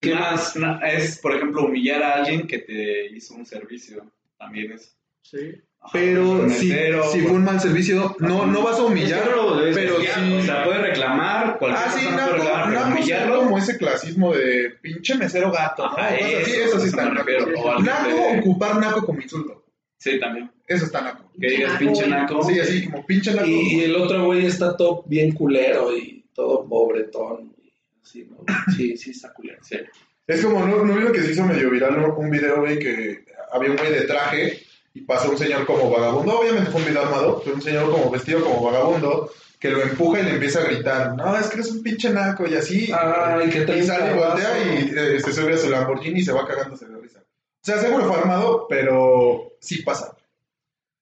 ¿Qué más? Na- es, por ejemplo, humillar a alguien que te hizo un servicio. También eso.
Sí.
Pero si,
Mesero, pues,
si fue un mal servicio, no, no vas a humillar,
Es que no lo debes
pero
decir,
sí.
O sea, puede reclamar, cualquier
Ah, sí,
persona
Naco,
puede reclamar, pero
Naco es
humillarlo.
como ese clasismo de pinche mesero gato. ¿no?
Ajá,
Cosas así,
eso,
eso sí
eso
está
me refiero,
naco.
o al que
Naco,
te-
ocupar naco como insulto.
Sí, también.
Eso está naco.
Que digas
Naco,
pinche
güey.
naco.
Sí, así como pinche naco.
Y, y el otro güey está todo bien culero y todo pobretón. Sí, ¿no? sí, sí está culero.
Sí.
Es como, ¿no, ¿no vieron que se hizo medio viral un- un video, güey, que había un güey de traje y pasó un señor como vagabundo? Obviamente fue un video armado, pero un señor como vestido como vagabundo que lo empuja y le empieza a gritar, no, es que eres un pinche naco y así.
Ay, que
Ah, y
te
sale, voltea y eh, se sube a su Lamborghini y se va cagándose de risa. O sea, seguro fue armado, pero sí pasa.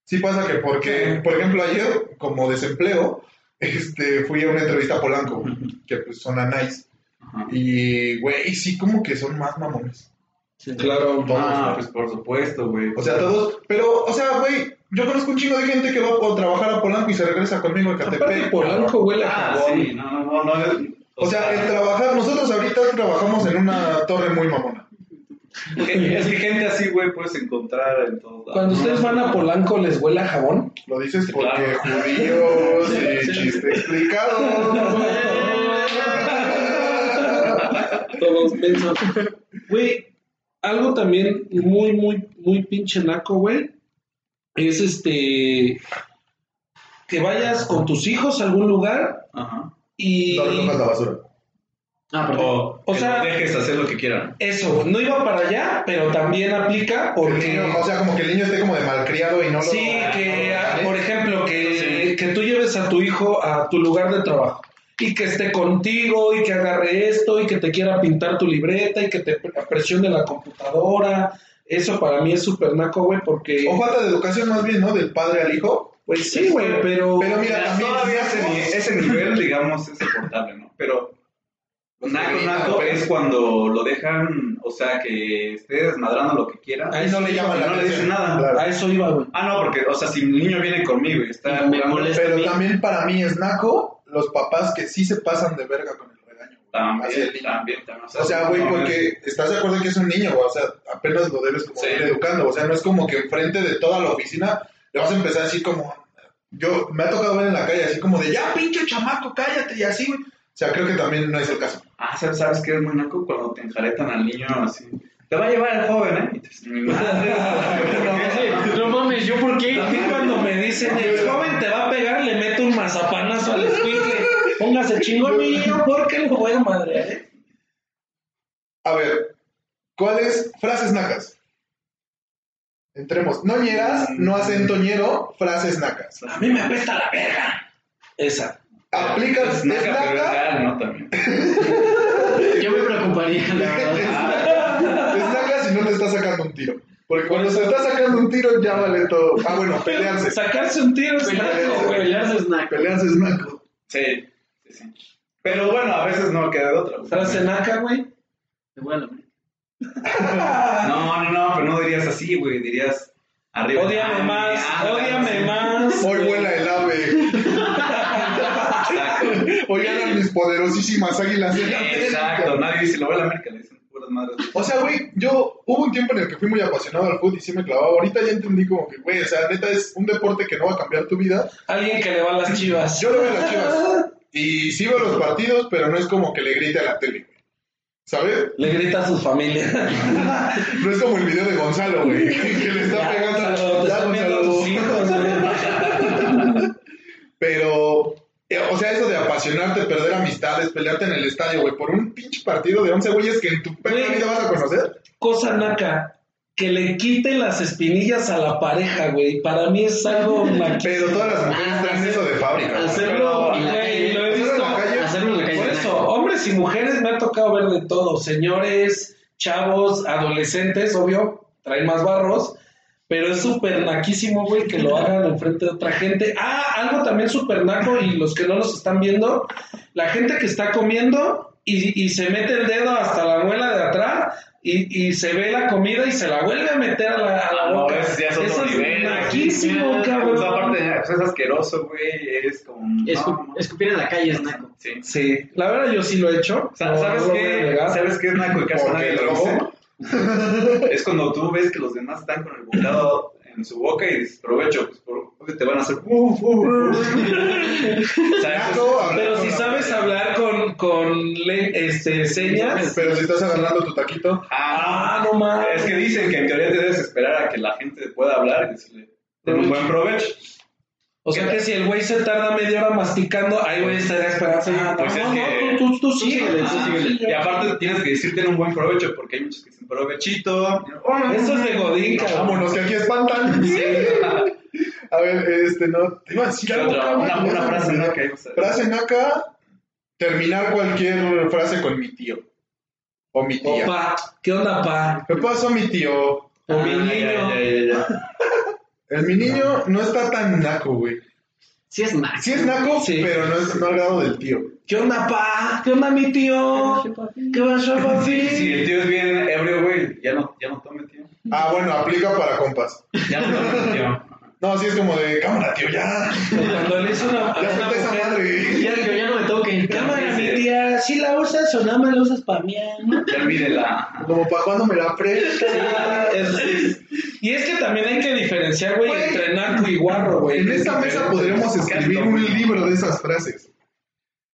Sí pasa que porque, por ejemplo, ayer, como desempleo, este, fui a una entrevista a Polanco, güey, que pues son nice.
Ajá.
Y, güey, sí, como que son más mamones.
Sí.
Claro,
Todos,
Ah,
¿no?
pues por supuesto, güey.
O sea, todos. Pero, o sea, güey, yo conozco un chingo de gente que va a trabajar a Polanco y se regresa conmigo a
Aparte,
Catepec.
Polanco huele a
Ah,
jabón.
sí, no, no, no, no. es-
O sea, el trabajar. Nosotros ahorita trabajamos en una torre muy mamona.
que- es que gente así, güey, puedes encontrar en todos lados.
Cuando ustedes van a Polanco, ¿les huele a jabón?
Lo dices
Sí,
porque
claro.
judíos y
Sí.
chiste explicado.
Todos mensos. Güey, algo también muy, muy, muy pinche naco, güey, es este. Que vayas con tus hijos a algún lugar
Ajá.
y.
No recojas la basura.
Ah, perdón.
O,
O
que
sea-
los dejes hacer lo que quieran.
Eso, no iba para allá, pero también aplica
El
porque.
niño, o sea, como que el niño esté como de malcriado y no lo.
Sí, que ah,
¿vale?
por ejemplo, que, que tú lleves a tu hijo a tu lugar de trabajo y que esté contigo y que agarre esto y que te quiera pintar tu libreta y que te pre- presione la computadora. Eso para mí es súper naco, güey, porque...
O falta de educación más bien, ¿no? Del padre al hijo.
Pues sí, güey, pero...
Pero mira, también
Todavía ese, ni-
es
ese nivel, digamos, es soportable, ¿no? Pero naco,
Pues Sí,
naco
pero-
es cuando lo dejan, o sea, que esté desmadrando lo que quiera.
Ahí
Ahí no le llaman la
No le
atención.
dicen nada.
Claro.
A eso iba, güey.
Ah, no, porque, o sea, si el niño viene conmigo y está
Me
jugando,
molesta.
Pero
también-
también para mí es naco los papás que sí se pasan de verga con el regaño. güey. Hacia el
También,
niño.
también, también.
O sea, güey, porque estás de acuerdo que es un niño, güey. O sea, apenas lo debes como
Sí.
ir educando. O sea, no es como que enfrente de toda la oficina le vas a empezar así como. Yo me ha tocado ver en la calle así como de ya, pinche chamaco, cállate y así, güey. O sea, creo que también no es el caso.
Ah, ¿sabes, ¿sabes qué es muy naco? Cuando te enjaretan al niño así. Te va a llevar el joven, ¿eh? Y te dices, mi madre.
Oye, pues, no mames, ¿yo por qué?
A mí cuando me dicen, el joven te va a pegar, le meto un mazapanazo al escuincle. Póngase chingón, niño, porque lo voy a madrear, ¿eh?
A ver, ¿cuáles frases nacas? Entremos. Noñeras, no acentoñero, frases nacas.
A mí me apesta la verga. Esa.
Aplicas,
Es
es
naca, pero es
naca,
real, ¿no? También.
Yo me preocuparía, la verdad. Ah.
es naca si no te está sacando un tiro. Porque cuando se está sacando un tiro ya vale todo. Ah, bueno, pelearse.
Sacarse un tiro es naco,
Pelearse.
güey.
Pelearse es naco.
Pelearse es naco.
Sí, sí, sí. Pero bueno, a veces no queda de otra. güey.
Frase naca, güey.
Te voy a la madre.
Ah, No, no, no, pero no dirías así, güey. Dirías arriba.
Ódiame
Ah,
más,
ah,
ódiame
sí.
más.
Hoy vuela el ave.
Exacto.
Hoy ganan mis poderosísimas águilas. del América.
Exacto. Nadie dice, lo voy a la América, le dicen puras madres.
O sea, güey, yo hubo un tiempo en el que fui muy apasionado al fútbol y sí me clavaba. Ahorita ya entendí como que, güey, o sea, neta es un deporte que no va a cambiar tu vida.
Alguien que le va a las chivas.
Yo lo veo en las chivas. Y sí veo los partidos, pero no es como que le grite a la tele, güey. ¿Sabes?
Le grita a su familia.
No es como el video de Gonzalo, güey, que le está pegando.
Gonzalo, te
Ya,
están viendo
Gonzalo.
tus hijos, güey.
Pero, eh, o sea, eso de apasionarte, perder amistades, pelearte en el estadio, güey, por un pinche partido de 11 güeyes que en tu perra
Güey.
vida vas a conocer.
Cosa naca. Que le quite las espinillas a la pareja, güey. Para mí es algo naquísimo.
Pero todas las mujeres
Ah,
traen
hacer-
eso de fábrica. güey.
Hacerlo en la
Güey, lo
Hacerlo
he
calle.
en
visto.
la calle.
Hacerlo en la calle.
Por
es
eso,
naco.
hombres y mujeres me ha tocado ver de todo. Señores, chavos, adolescentes, obvio, traen más barros. Pero es súper naquísimo, güey, que lo hagan enfrente de otra gente. Ah, algo también súper naco y los que no los están viendo, la gente que está comiendo y, y se mete el dedo hasta la muela de atrás y, y se ve la comida y se la vuelve a meter a la, a la
Ah, No,
boca.
es, ya es otro
Eso
nivel, güey.
es naquísimo,
Pues
cabrón.
aparte, pues es asqueroso, güey. Es como.
Escu-
no,
Escupir en la calle es naco.
Sí.
Sí, la verdad yo sí lo he hecho.
O sea,
No,
¿sabes,
no lo voy a
qué?
negar.
¿Sabes qué es naco y casi
Porque
nadie lo
luego-
hace? Es cuando tú ves que los demás están con el bocado en su boca y dices, provecho, pues por- te van a hacer.
Uh,
"Uf, uf, uf". O sea, eso
Naco, hablar
Pero
con
si
la-
sabes hablar con, con le- este, señas.
Pero si estás agarrando tu taquito.
es- ah,
Ah, no mames.
es que dicen que en teoría te debes esperar a que la gente pueda hablar y decirle, ten un buen provecho.
O sea que si el güey se tarda media hora masticando, ahí voy a estar esperando.
Ah,
pues
no,
es
no,
que-
tú, tú, tú síguele, tú
Ah,
síguele.
y aparte tienes que decir ten un buen provecho porque hay muchos que dicen provechito.
Eso es de Godín, cabrón.
Vámonos, que aquí espantan. A ver, este, no. Te iba a decir
¿Qué
algo.
otra?
cabrón.
Una, una frase ¿no? que hay que usar.
Frase naca, terminar cualquier frase con mi tío. O mi
O
tía.
pa, ¿qué onda, pa?
¿Qué pasó, mi tío?
O mi
Ah,
niño.
ya, ya, ya, ya.
El mi niño no está tan naco, güey.
Sí es naco.
Sí es naco,
Sí.
pero no es no al grado del tío.
¿Qué onda, pa? ¿Qué onda, mi tío? Pues, ¿Qué pasó, papi?
Si el tío es bien ebrio, güey, ya no, ya no tome, tío.
Ah, bueno, aplica para compas.
Ya no tome, tío.
No, sí es como de cámara, tío, ya.
O Cuando le hizo una,
Ya
a una
suelta esa
mujer.
madre.
Ya que ya no me toquen.
Cámara, mi tía, ¿sí la usas o nada más la usas pa' mí? ¿no?
Ya olvídela.
Como para cuando me la prestas.
Es- es- y es que también hay que diferenciar, güey,
Güey.
entre naco y guarro, güey.
pues, En esta mesa podremos escribir un libro de esas frases.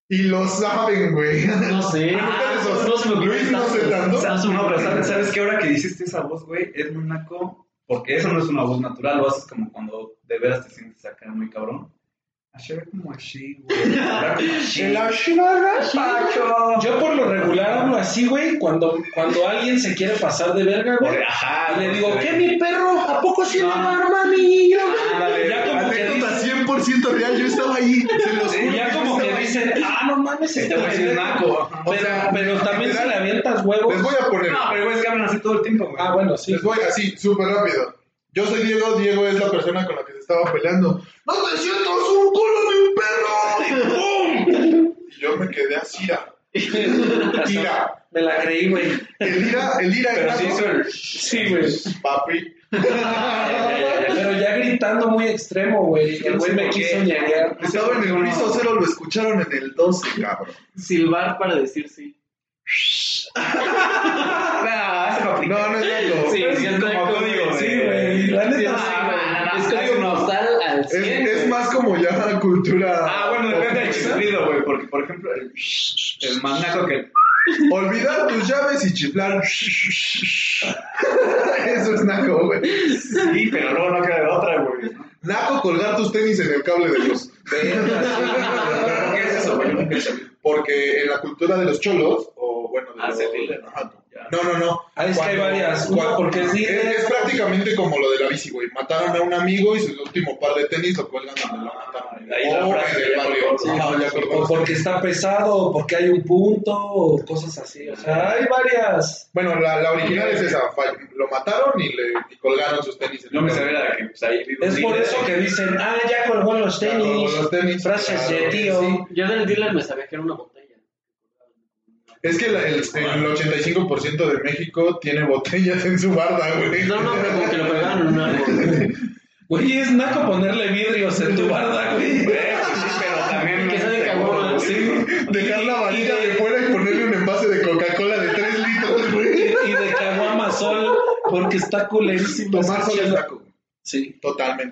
Y lo saben, güey.
No sé.
Ah, no
se me ocurre
Luis no se
tanto.
tardó.
Sa-
¿Sabes? No, pero ¿sabes, ¿sabes qué? Ahora que hiciste esa voz, güey, es muy naco. Porque eso no es una voz natural, lo haces como cuando de veras te sientes acá muy cabrón. Ayer como así, güey. hablar como así.
El Ashimara,
Pacho.
Yo por lo regular hablo así, güey, cuando, cuando alguien se quiere pasar de verga, güey.
Porque, Ajá.
Y le
no
digo,
sé.
¿qué, mi perro? ¿A poco sí
No.
no arma, niño?
Ándale,
Ya como que
Anécdota
dice-
100% real, yo estaba ahí. Se los
y
juro
ya
yo
como que
estaba ahí.
dicen, ah, no mames, este
Este
güey
güey sí es
es
naco.
naco".
Ajá.
O sea,
Pero, pero también se le avientas huevos.
Les voy a poner.
No, pero güey, es que hablan así todo el tiempo, güey.
Ah, bueno, sí.
Les voy así, Pues, súper rápido. Yo soy Diego, Diego es la persona con la que se estaba peleando. ¡No te sientas un culo, mi perro! Y ¡Pum! Y yo me quedé así. ah. Tira.
Me la creí, güey.
El ira, el ira
Pero
era,
sí
¿no?
hizo el.
Sí, güey.
papi.
Pero ya gritando muy extremo, güey. El güey me quiso ñañar.
Estaba en el piso cero, lo escucharon en el 12, cabrón.
Silbar para decir sí.
Ah, se lo aplicó.
No, no es tanto.
Sí,
es,
sí, es
como
naco,
código,
güey.
Sí, güey. La
Sí,
neta sí, güey.
ah,
güey.
Es código postal al
es,
100. güey.
más como ya la cultura.
Ah, bueno, depende del
popista.
chiflido, güey. Porque, por ejemplo, el, el más naco que.
Olvidar tus llaves y chiflar. Eso es naco, güey.
Sí, pero luego no queda de otra, güey.
Naco colgar tus tenis en el cable de luz.
¿Pero por qué es eso, güey? Yo nunca he sabido.
Porque en la cultura de los cholos, o bueno, de
Ah,
los-
se tilda.
Ajá.
Ya.
No, no, no.
Ah, es que hay varias. Una porque es
es,
líder.
es prácticamente como lo de la bici, güey. Mataron a un amigo y su último par de tenis lo cuelgan donde lo mataron.
Ah, Ahí la
O
frase
en el
ya
barrio.
colgó.
Ajá, ya colgó.
O porque está pesado, o porque hay un punto, o cosas así. O sea, hay varias.
Bueno, la, la original es esa. fall- Lo mataron y le y colgaron sus tenis. en
Yo
el
me
cable.
sabía la que pues, ahí vivo.
Es por eso que dicen, ah, ya colgó los
Claro,
tenis.
los tenis, Ah,
Frases
claro,
de tío.
sí.
Yo del dealer me sabía que era una botella.
Es que la- el, el 85% de México tiene botellas en su barda, güey. Eh,
No, no, pero como que lo pegaban en un árbol.
Güey, es naco ponerle vidrios en tu barda, güey.
Sí, pero también.
Que sabe
este,
cabrón,
güey,
sí.
Dejar la
Y- y
varita
de-
de fuera y ponerle un envase de Coca-Cola de 3 litros, güey.
Y de caguama sol, porque está culerísimo.
Tomar solo es naco.
Sí.
Totalmente.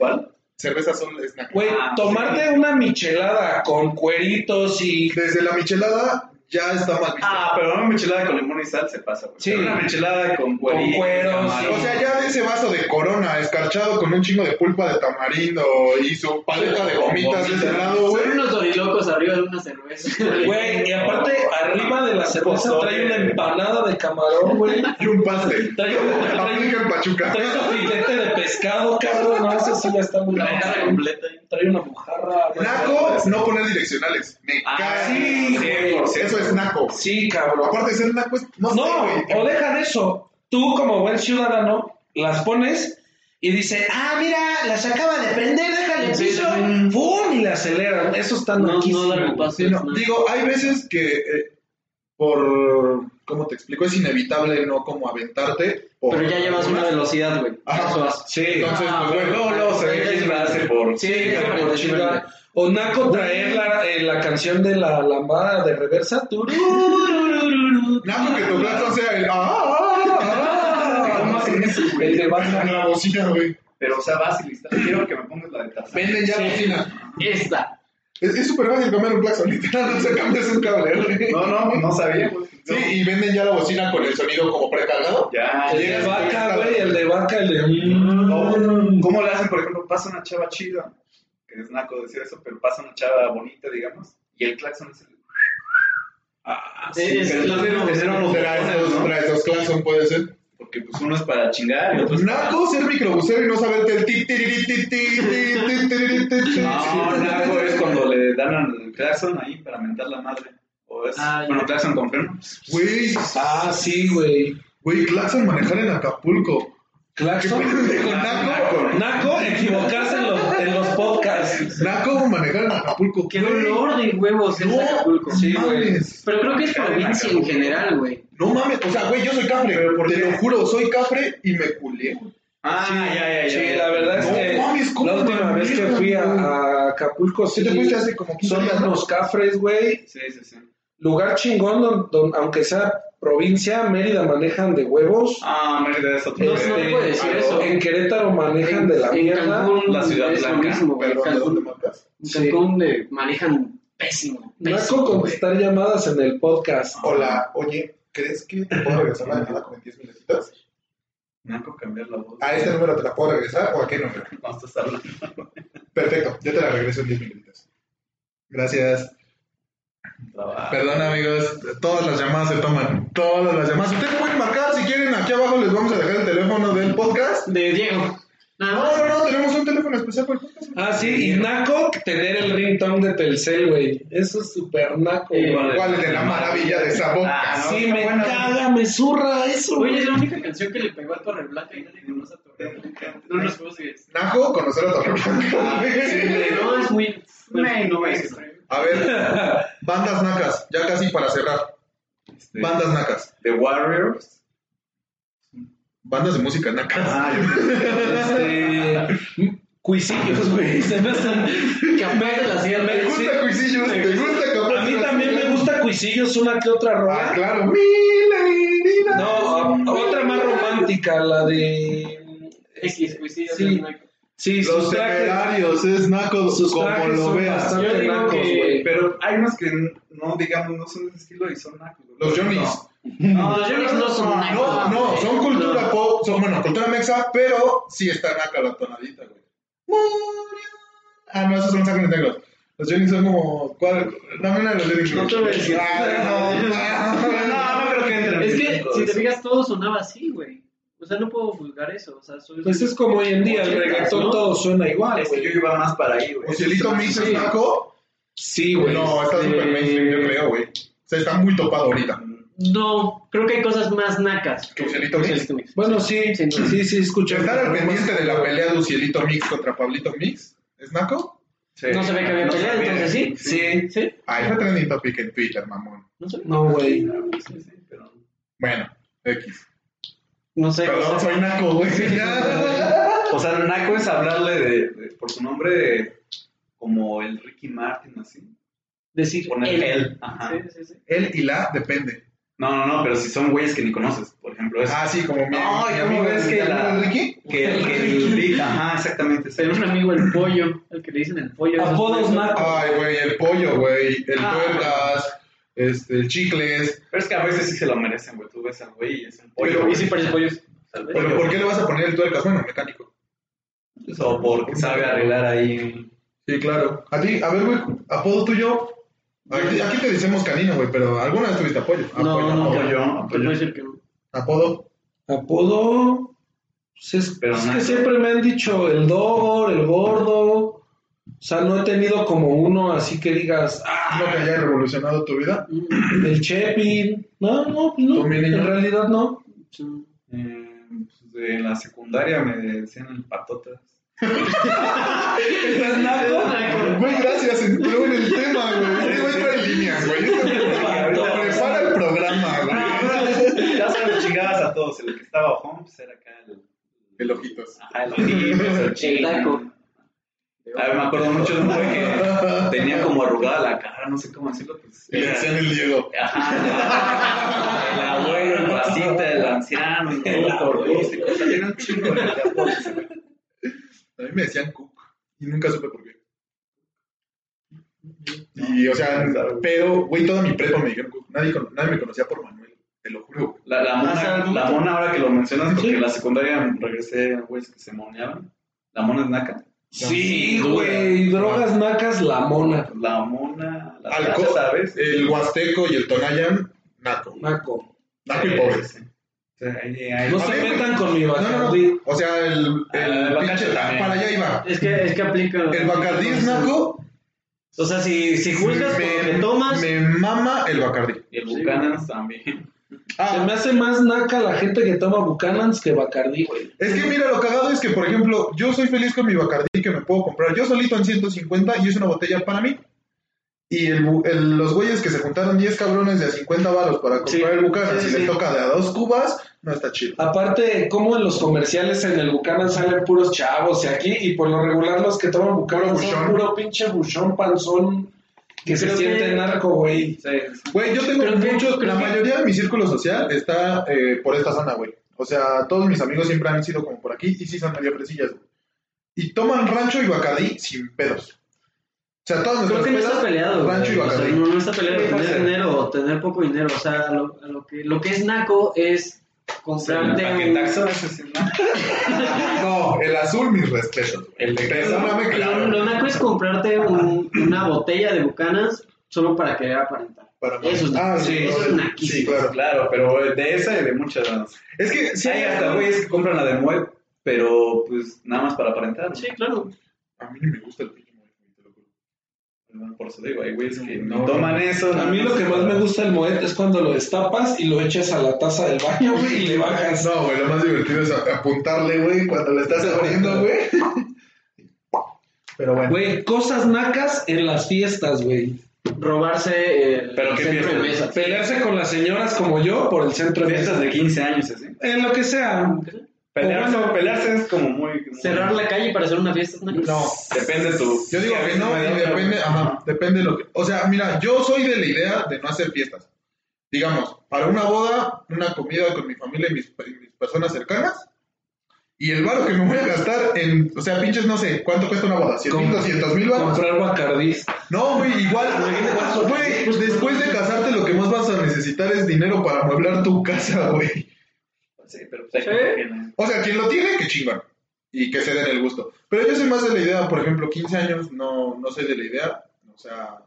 Cerveza solo es naco.
Güey,
Ah,
tomarte una michelada con cueritos y...
Desde la michelada ya está mal visto.
Ah, pero una michelada con limón y sal se pasa, güey.
Sí.
Pero Una michelada con cueros.
cueros,
O sea, ya de ese vaso de corona escarchado con un chingo de pulpa de tamarindo y su paleta de gomitas de ese lado, güey.
Son unos dorilocos arriba de una cerveza.
Güey, y aparte, arriba de la cerveza trae una empanada de camarón, güey.
Y un pastel.
Trae un... trae-
Aplica en Pachuca.
Trae un filete de pescado, cabrón. No, eso sí ya está muy
La mesa
naco.
completa.
Trae una mojarra. güey.
Naco, no poner direccionales. Me
Ah,
cae.
sí, güey.
Eso es naco.
Sí, cabrón.
Aparte de ser naco, es- no, sé,
No,
güey.
o deja de eso. Tú, como buen ciudadano, las pones y dice, ah, mira, las acaba de prender, déjale el
Sí,
piso.
sí.
¡Pum! Y la aceleran. Eso está
No,
naquísimo.
no dar el paso.
Sí, no,
es naco.
Digo, hay veces que eh, por cómo te explico es inevitable no como aventarte. por-
Pero ya llevas una velocidad, güey.
Ajá.
Eso hace.
Sí.
Entonces,
Ah,
pues bueno,
Luego, luego se ve que es base por.
Sí,
Pero
por
chingar. O Naco traer la, eh, la canción de la lambada de reversa. tururururu.
naco que tu plato sea el. ¡Ah! ah, ah, ah.
El de Batman.
En la bocina, güey.
Pero, o sea, vas y lista. Quiero que me pongas la de taza.
Venden ya
Sí.
bocina.
Esta.
Es es súper fácil cambiar un claxon, literal, no se cambias un cable, güey.
No, no, no sabía, güey.
Sí, y venden ya la bocina con el sonido como precargado.
Ya.
El de vaca, güey. El de vaca, el de.
O, ¿Cómo le hacen, por ejemplo, pasa una chava chida? Que es naco decir eso, pero pasa una chava bonita, digamos, y el claxon es el.
Ah,
Sí,
sí.
es
pero
lo
entonces
mismo.
eran unos
Traes
botones,
dos,
¿no?
traes dos claxon, puede ser.
Porque pues uno es para chingar y otro
Pues
es para...
Naco ser microbusero y no saberte el ti, ti, ti, ti, ti, ti, ti, ti, ti, ti.
No, naco es cuando le dan al claxon ahí para mentar la madre. O es,
Ah, ya.
bueno, claxon con freno.
Güey,
Ah, sí, güey.
güey, claxon manejar en Acapulco.
Claxon.
Con Naco,
Naco, equivocarse en los, en los podcasts.
Naco manejar en Acapulco.
Qué
güey.
dolor de huevos es
No,
Acapulco.
Sí, güey.
mames.
Pero creo que es provincia en general, güey.
No mames, o sea, güey, yo soy cafre,
Pero, ¿por
te
qué?
lo juro, soy cafre y me culé.
Ah, ya, ya, ya.
Sí, la verdad es
No
que
mames, ¿cómo
la última
manejan,
vez que fui a, a Acapulco
Sí,
sí,
te fuiste hace como 15
son
días, ¿no?
unos cafres, güey.
Sí, sí, sí.
Lugar chingón, don- don- aunque sea provincia, Mérida manejan de huevos.
Ah, Mérida es otro.
No,
nivel.
no te puedo decir
algo
eso.
En Queréaro manejan de la
en
mierda.
Cancún
La ciudad
es lo
blanca,
mismo, güey.
Pero ¿de dónde
Cancún,
marcas?
en
Sí.
Cancún eh, manejan pésimo.
Naco
pésimo güey.
contestar llamadas en el podcast.
Hola, oye, ¿crees que te puedo regresar la llamada con 10 minutitos?
Naco, cambiar la voz.
¿A este número te la puedo regresar o a qué número?
Vamos a estar hablando.
Perfecto, yo te la regreso en 10 minutitos. Gracias.
Trabajo.
Perdón, amigos, todas las llamadas se toman. Todas las llamadas. Ustedes pueden marcar si quieren. Aquí abajo les vamos a dejar el teléfono del podcast. Ah,
De Diego. Nada
No,
más.
no, no, tenemos un teléfono especial para el podcast.
Ah, sí, y Naco tener el ringtone de Telcel, güey. Eso es súper Naco,
Eh,
güey.
¿Cuál es de la maravilla de esa boca?
Ah,
Sí,
no,
me
bueno.
caga, me zurra eso,
Oye,
güey.
es la única canción que le pegó a Torre Blanca y no le conoce a Torre Blanca. No nos juzgues.
Najo, conocer a Torreón.
No, es muy. No es.
A ver, bandas nacas, ya casi para cerrar.
Este,
Bandas nacas,
The Warriors.
bandas de música
Ah,
nacas.
Este, Cuisillos, güey. Se me hacen-
Que apenas la hacía
¿Te
ver.
gusta Cuisillos? ¿Te gusta
A mí también me gusta Cuisillos, una que otra
Ah,
rola.
claro. Mira,
No, a- otra más romántica, la de.
X, pues sí, ya
Sí.
sé, Naco.
Sí,
Los
sus trajes.
temerarios, es naco
Sus
como
trajes
lo
son
veas.
bastante
Yo digo
nacos,
que-
güey.
Pero hay unos que no, digamos, no son de ese estilo y son nacos. güey.
Los Johnnies.
No, los Yonix no son una
No,
cosa,
no,
güey.
son cultura
No.
pop, son, bueno, cultura mexa, pero sí está naca la tonadita, güey. Murió. Ah, no, esos son sacos negros. Los Jennings son como. ¿cuál? Dame una de los lyrics.
No te voy a decir.
Ah, no,
No, no creo que entren.
Es que, si te fijas, todo sonaba así, güey. O sea, no puedo juzgar eso. O sea, soy.
Pues es como hoy en día, el reggaetón
¿No?
todo suena igual,
Es
Este,
que
güey.
yo iba más para ahí, güey.
¿O Cielito Mix es naco?
Sí, güey.
No, está
este,
súper mainstream, yo creo, güey. O sea, está muy topado ahorita.
No, creo que hay cosas más nacas.
Que Ucielito Mix.
Bueno, sí,
Sí,
sí,
no.
sí, escuché.
¿Estar al pendiente de la pelea de Ucielito Mix contra Pablito Mix? ¿Es naco?
No se ve que había
No
peleado,
se ve.
entonces sí.
Sí.
¿Sí?
Ah, esa trending topic en Twitter, mamón.
No sé.
No, güey.
Sí, sí, pero-
Bueno, X.
No sé. o sea,
Perdón, soy naco, güey.
O sea, Naco es hablarle de, de- por su nombre de- como el Ricky Martin, así.
Decir
Poner él. Ajá.
Sí, sí, sí.
El y la depende.
No, no, no, pero si son güeyes que ni conoces, por ejemplo, es
Ah, sí, como mi,
Pues, Ay,
mi
¿cómo
amigo
ves
el-
que
mi amigo
la-
Enrique.
que el que el Rick- ajá, exactamente. sí.
Tenía un amigo el pollo, al que le dicen el pollo. esos
Apodos
presos.
nacos.
Ay, güey, el pollo, güey, el
Ah.
tuercas, este, el chicles.
Pero es que a veces sí se lo merecen, güey. Tú ves al güey y es un pollo.
Pollo,
güey.
y sí parece pollo. Tal vez.
Pero ¿por qué le vas a poner el tuercas? Bueno, mecánico.
O porque sabe arreglar ahí.
Sí, claro. A ti, a ver, güey, apodo tuyo. Aquí, aquí te decimos canino, güey, pero alguna vez tuviste apoyo.
No,
Apoyo, apoyo.
no,
Apoyo,
Te puedo
apoyo.
decir que no.
Apodo.
Apodo. pues es
Pero
es que
naco.
siempre me han dicho el dor, el gordo. O sea, no he tenido como uno así que digas, ah,
Uno que haya revolucionado tu vida.
Mm,
el Chepin. No, no, pues no.
Tú, mi niño.
En realidad no.
Sí.
Eh, pues, de la secundaria me decían el patotas.
Güey, gracias, entró en el tema, güey. Este güey trae líneas, güey. Te prepara el programa,
Ah,
güey.
Ya se los chingabas a todos. El que estaba home, pues era acá el.
El ojitos.
Ajá, el ojito, el
El taco.
chino. A ver, me acuerdo mucho de un güey que tenía como arrugada la cara, no sé cómo decirlo. Pues,
Y le
era-
decían el Diego.
Ajá, el abuelo, el pasita, el anciano, y todo, por Dios, y cosas, era un chingo de apodos, güey.
A mí me decían Cook y nunca supe por qué. Y, o sea, pero, güey, toda mi prepa me dijeron Cook. Nadie, con- nadie me conocía por Manuel, te lo juro. güey.
La, la, mona, la mona, ahora que lo mencionas, porque
Sí.
en la secundaria regresé a güeyes que se moneaban. La mona es naca.
Sí, güey. Drogas nacas, la mona.
La mona, la
Alcohol.
plata, ¿sabes?
El Huasteco y el Tonayan, naco.
Naco.
Naco
Eh,
y pobre.
Sí. O sea, ahí- ahí-
No
A
se
ver,
metan con mi
No, no,
Bacardi.
no. O sea, el, el
Ah,
pinche.
Bacardi también. Ah,
Para allá iba.
Es que, es que aplica.
El Bacardí es naco.
O sea, si, si juzgas por lo que tomas.
me mama el Bacardí.
Y el Bucanas también.
Ah.
Se me hace más naca la gente que toma Buchanan's que Bacardi, güey.
Es que mira, lo cagado es que, por ejemplo, yo soy feliz con mi Bacardí que me puedo comprar yo solito en 150 y es una botella para mí. Y el bu- el- los güeyes que se juntaron 10 cabrones de a 50 baros para comprar
Sí.
el Bucanas
Sí,
y
sí,
les
sí.
toca de a dos cubas, no está chido.
Aparte, como en los comerciales en el Buchanan salen puros chavos y aquí, y por lo regular los que toman Buchanan
Puro
son
buchón.
puro pinche buchón panzón que se
Creo
siente
que-
narco, güey.
Güey, yo tengo
Creo que-
muchos,
creo
la
que-
mayoría de mi círculo social está eh, por esta zona, güey. O sea, todos mis amigos siempre han sido como por aquí y sí son medio fresillas, güey. Y toman rancho y Bacardí sin pedos. sea, todas
Creo
nuestras
que no está
pedas,
peleado. güey.
rancho y
O sea,
Bacardí.
no, no está peleado
Sí,
tener
puede ser.
dinero o tener poco dinero. O sea, lo, a lo que, lo que es naco es comprarte
El
un...
paquetaxo ese sí, ¿no?
No, el azul, mis respetos.
El de queso.
Perdóname,
Lo,
claro.
lo naco es comprarte un- una botella de bucanas solo para querer aparentar.
Para-
Eso es
ah,
naco.
sí,
Eso es
sí,
naquísimo.
claro.
Claro, pero de esa y de muchas.
Es que sí,
hay hasta güeyes que compran la de Moe, pero pues nada más para aparentar.
Sí, claro.
A mí ni me gusta el pinche Moe, te lo juro.
¿no? Por eso digo, hay güeyes que
No,
ni
no.
toman eso.
A mí lo que más me gusta del Moet es cuando lo destapas y lo echas a la taza del baño, güey, y le bajas.
No, güey, lo más divertido es a- apuntarle, güey, cuando le estás abriendo, güey. Pero bueno.
Güey, cosas nacas en las fiestas, güey.
Robarse el
Pero qué
centro de
piensas.
mesa.
Pelearse con las señoras como yo por el centro de
Fiestas
mesas.
de 15 años, así.
En lo que sea.
Pelearse,
bueno.
pelearse es como muy. muy-
Cerrar la calle para hacer una fiesta es naco.
No.
Depende tu.
Yo digo
Sí, a
que
veces
no,
me da
y
una-
depende, ajá, depende de lo que. O sea, mira, yo soy de la idea de no hacer fiestas. Digamos, para una boda, una comida con mi familia y mis, y mis personas cercanas. Y el varo que me voy a gastar en. O sea, pinches, no sé, ¿cuánto cuesta una boda? ¿100 mil,
Com-
200 mil baros?
Comprar Bacardí.
No, güey, igual.
Imagínate cuánto-
Güey, después de casarte, lo que más vas a necesitar es dinero para amueblar tu casa, güey.
Sí, pero pues, hay
Sí.
gente que no.
O sea, quien lo tiene, que chingan. Y que se den el gusto. Pero yo soy más de la idea, por ejemplo, 15 años, no, no soy de la idea. O sea,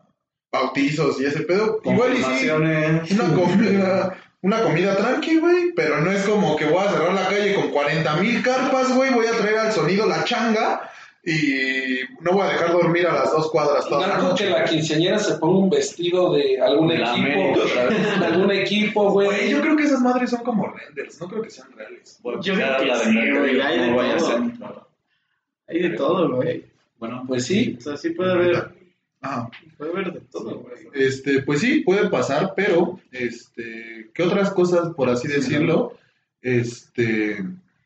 bautizos y ese pedo. Igual y sí,
Confirmaciones.
una comida, una comida tranqui, güey. Pero no es como que voy a cerrar la calle con 40 mil carpas, güey. Voy a traer al sonido la changa. Y no voy a dejar dormir a las dos cuadras toda la
Naco que
noche.
la quinceañera se ponga un vestido de algún
De la
equipo.
América, otra vez.
De algún equipo,
Güey,
güey.
yo creo que esas madres son como renders. No creo que sean reales.
Voy a
Yo
empezar
creo
a
que
hablar
sí,
de-
güey, hay de
no voy a
todo.
hacer-
Hay de todo, güey.
Bueno,
Pues sí.
O sea, sí puede haber,
Ajá.
puede haber de todo, güey.
Este, pues sí, puede pasar, pero este, ¿qué otras cosas, por así decirlo? Este,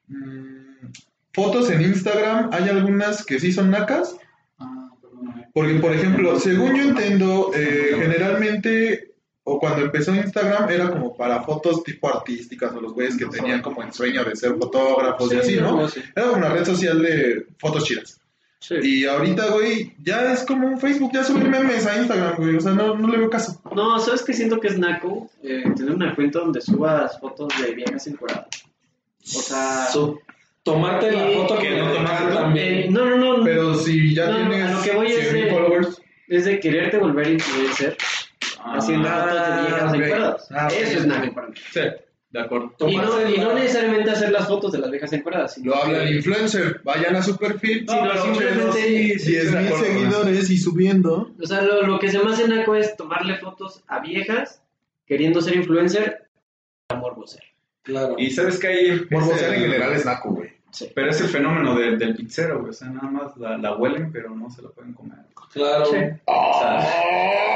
mm, fotos en Instagram, hay algunas que sí son nacas,
Ah, perdóname.
porque por ejemplo, según yo entiendo, eh, generalmente o cuando empezó Instagram era como para fotos tipo artísticas o los güeyes que tenían como el sueño de ser fotógrafos y así, pues ¿no?
Sí.
Era una red social de fotos chidas.
Sí.
Y ahorita, güey, ya es como un Facebook, ya suben memes a Instagram, güey. O sea, no, no le veo caso.
No, ¿sabes qué siento que es naco? Eh, tener una cuenta donde subas fotos de viejas encueradas. O sea...
Su- Tomarte la
Y-
foto
que no tomaste
eh,
también.
no, no, no, no.
Pero si ya
No, no,
tienes
a lo que voy es
100,000
de-
followers,
Es de quererte volver influencer
Ah,
haciendo
ah,
fotos de viejas
ok.
encueradas.
Ah, ok.
Eso es naco para mí.
sí, de acuerdo.
Y
Tomarse
no, y
la-
no necesariamente hacer las fotos de las viejas encueradas. sino
lo habla
que-
el influencer, vayan a su perfil.
No, pero simplemente-
sí,
sí,
10,000
estoy de acuerdo con
y subiendo.
O sea, lo, lo que se me hace naco es tomarle fotos a viejas queriendo ser influencer para morboser.
Claro.
Y sabes que ahí.
Morbosear
ese-
en general es naco, güey.
Sí.
Pero es el fenómeno de- del pizzero, güey. O sea, nada más la, la huelen, pero no se la pueden comer.
Claro.
Sí.
O sea,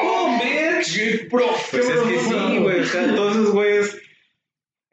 ¡Oh, bitch! ¡Qué profe!
pues es que
bueno.
sí, güey. O sea, todos esos güeyes,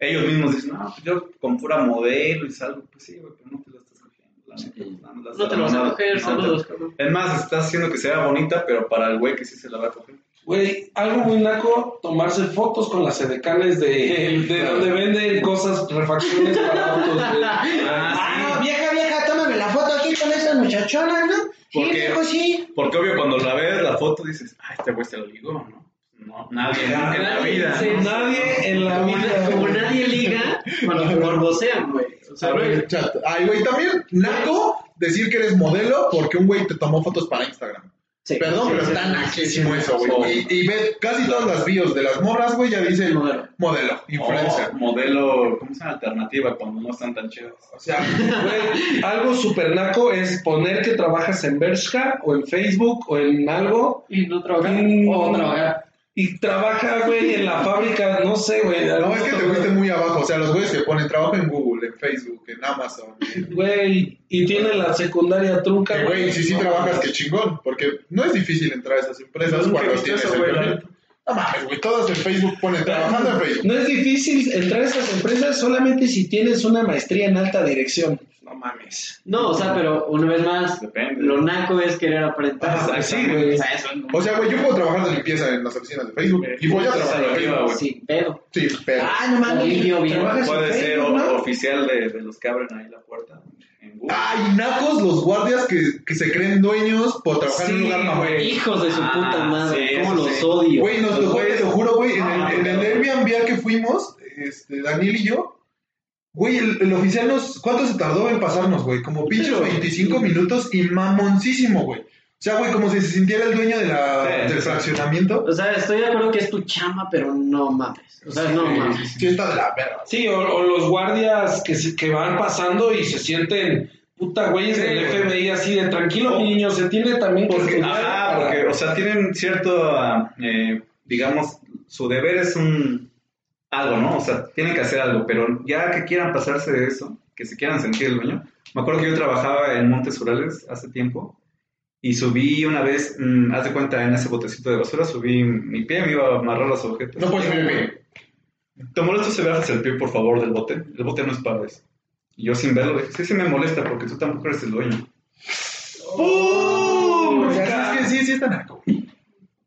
ellos mismos dicen, no, pues yo con pura modelo y salgo. Pues sí, güey, pero no te la estás cogiendo. La neta, pues, nada más la
No te
estás
lo vas a
mamando.
coger,
No te-
saludos, cabrón.
Es más, estás haciendo que sea bonita, pero para el güey que sí se la va a coger.
Güey, algo muy naco, tomarse fotos con las edecanes de, de donde venden cosas, refacciones para autos, güey.
Ah,
vieja, vieja, tómame la foto aquí con esas muchachonas, ¿no? Sí,
Porque-
viejo, pues sí.
Porque obvio, cuando la ves, la foto, dices, ah, este güey se lo ligó, ¿no? No, nadie, nunca en la vida.
Sí,
¿no?
Nadie en la
Como, na-
vida.
como
güey.
nadie liga cuando te morbosean, güey. O sea,
A ver,
güey,
chat. Ay, güey, también naco decir que eres modelo porque un güey te tomó fotos para Instagram.
sí,
Perdón,
sí,
pero
sí,
está
sí,
naquísimo
sí,
eso,
sí,
güey.
sí.
Y, y ve casi todas las bios de las morras, güey, ya dice
sí, modelo.
modelo, influencer.
O modelo, ¿cómo se llama? Alternativa, cuando no están tan chidos.
Oh.
O sea,
Güey, algo super naco es poner que trabajas en Bershka o en Facebook o en algo
Y no trabajar.
Mm.
O trabajar.
y trabaja, güey, en la fábrica, no sé, güey.
no es que te fuiste muy abajo. O sea, los güeyes que ponen trabajo en Google, en Facebook, en Amazon. en-
Güey, y tiene la secundaria trunca,
Que, güey, si sí trabajas, qué chingón. Porque no es difícil entrar a esas empresas
Nunca he
cuando
visto
tienes
eso,
el
güey, la
perfil. No mames, güey, todas en Facebook ponen trabajando en Facebook.
No es difícil entrar a estas empresas solamente si tienes una maestría en alta dirección. No mames.
No, o sea, pero una vez más,
Depende.
lo naco es querer aparentar.
Ah,
O sea,
Sí, güey.
eso es
O sea, güey, yo puedo trabajar de limpieza en las oficinas de Facebook. Y voy a
Estás
trabajar en
arriba,
Facebook.
güey.
sin pedo.
Sí, pero.
Ah, no mames.
Video, video.
Trabajas en
Puede ser
Facebook,
o-
¿no?
oficial de, de los que abren ahí la puerta. En ningún.
Ay, nacos los guardias que, que se creen dueños por trabajar en un
Sí,
lugar mamón.
güey.
Hijos de su
Ah,
puta madre,
sí,
cómo
eso
los
sí.
odio.
Güey, nos tocó, te lo juro, güey, en
Ah,
el, en el Airbnb al que fuimos, este, Daniel y yo, güey, el, el oficial nos, ¿cuánto se tardó en pasarnos, güey? Como pinches 25 minutos y mamoncísimo, güey. O sea, güey, como si se sintiera el dueño de la,
Sí, sí,
del
sí.
fraccionamiento.
O sea, estoy de acuerdo que es tu chama, pero no mames. O sea, no mames.
Sí, está de la verga.
Sí, o, o los guardias que, se- que van pasando y se sienten puta güeyes
Sí,
del
güey.
FBI así de tranquilo, mi niño, se tiene también que
Porque,
estudiar
ah,
para-
porque, o sea, tienen cierto, ah, eh, digamos, su deber es un algo, ¿no? O sea, tienen que hacer algo, pero ya que quieran pasarse de eso, que se quieran sentir el dueño. Me acuerdo que yo trabajaba en Montes Urales hace tiempo y subí una vez, mm, haz de cuenta, en ese botecito de basura, subí mi pie, me iba a amarrar los objetos.
No puedes subir el pie.
¿Te molesta si bajas el pie, por favor, del bote? El bote no es para eso. Y yo sin verlo, dije, sí, sí me molesta porque tú tampoco eres el dueño.
¡Oh! O sea, sí, es que sí, sí está naco, güey.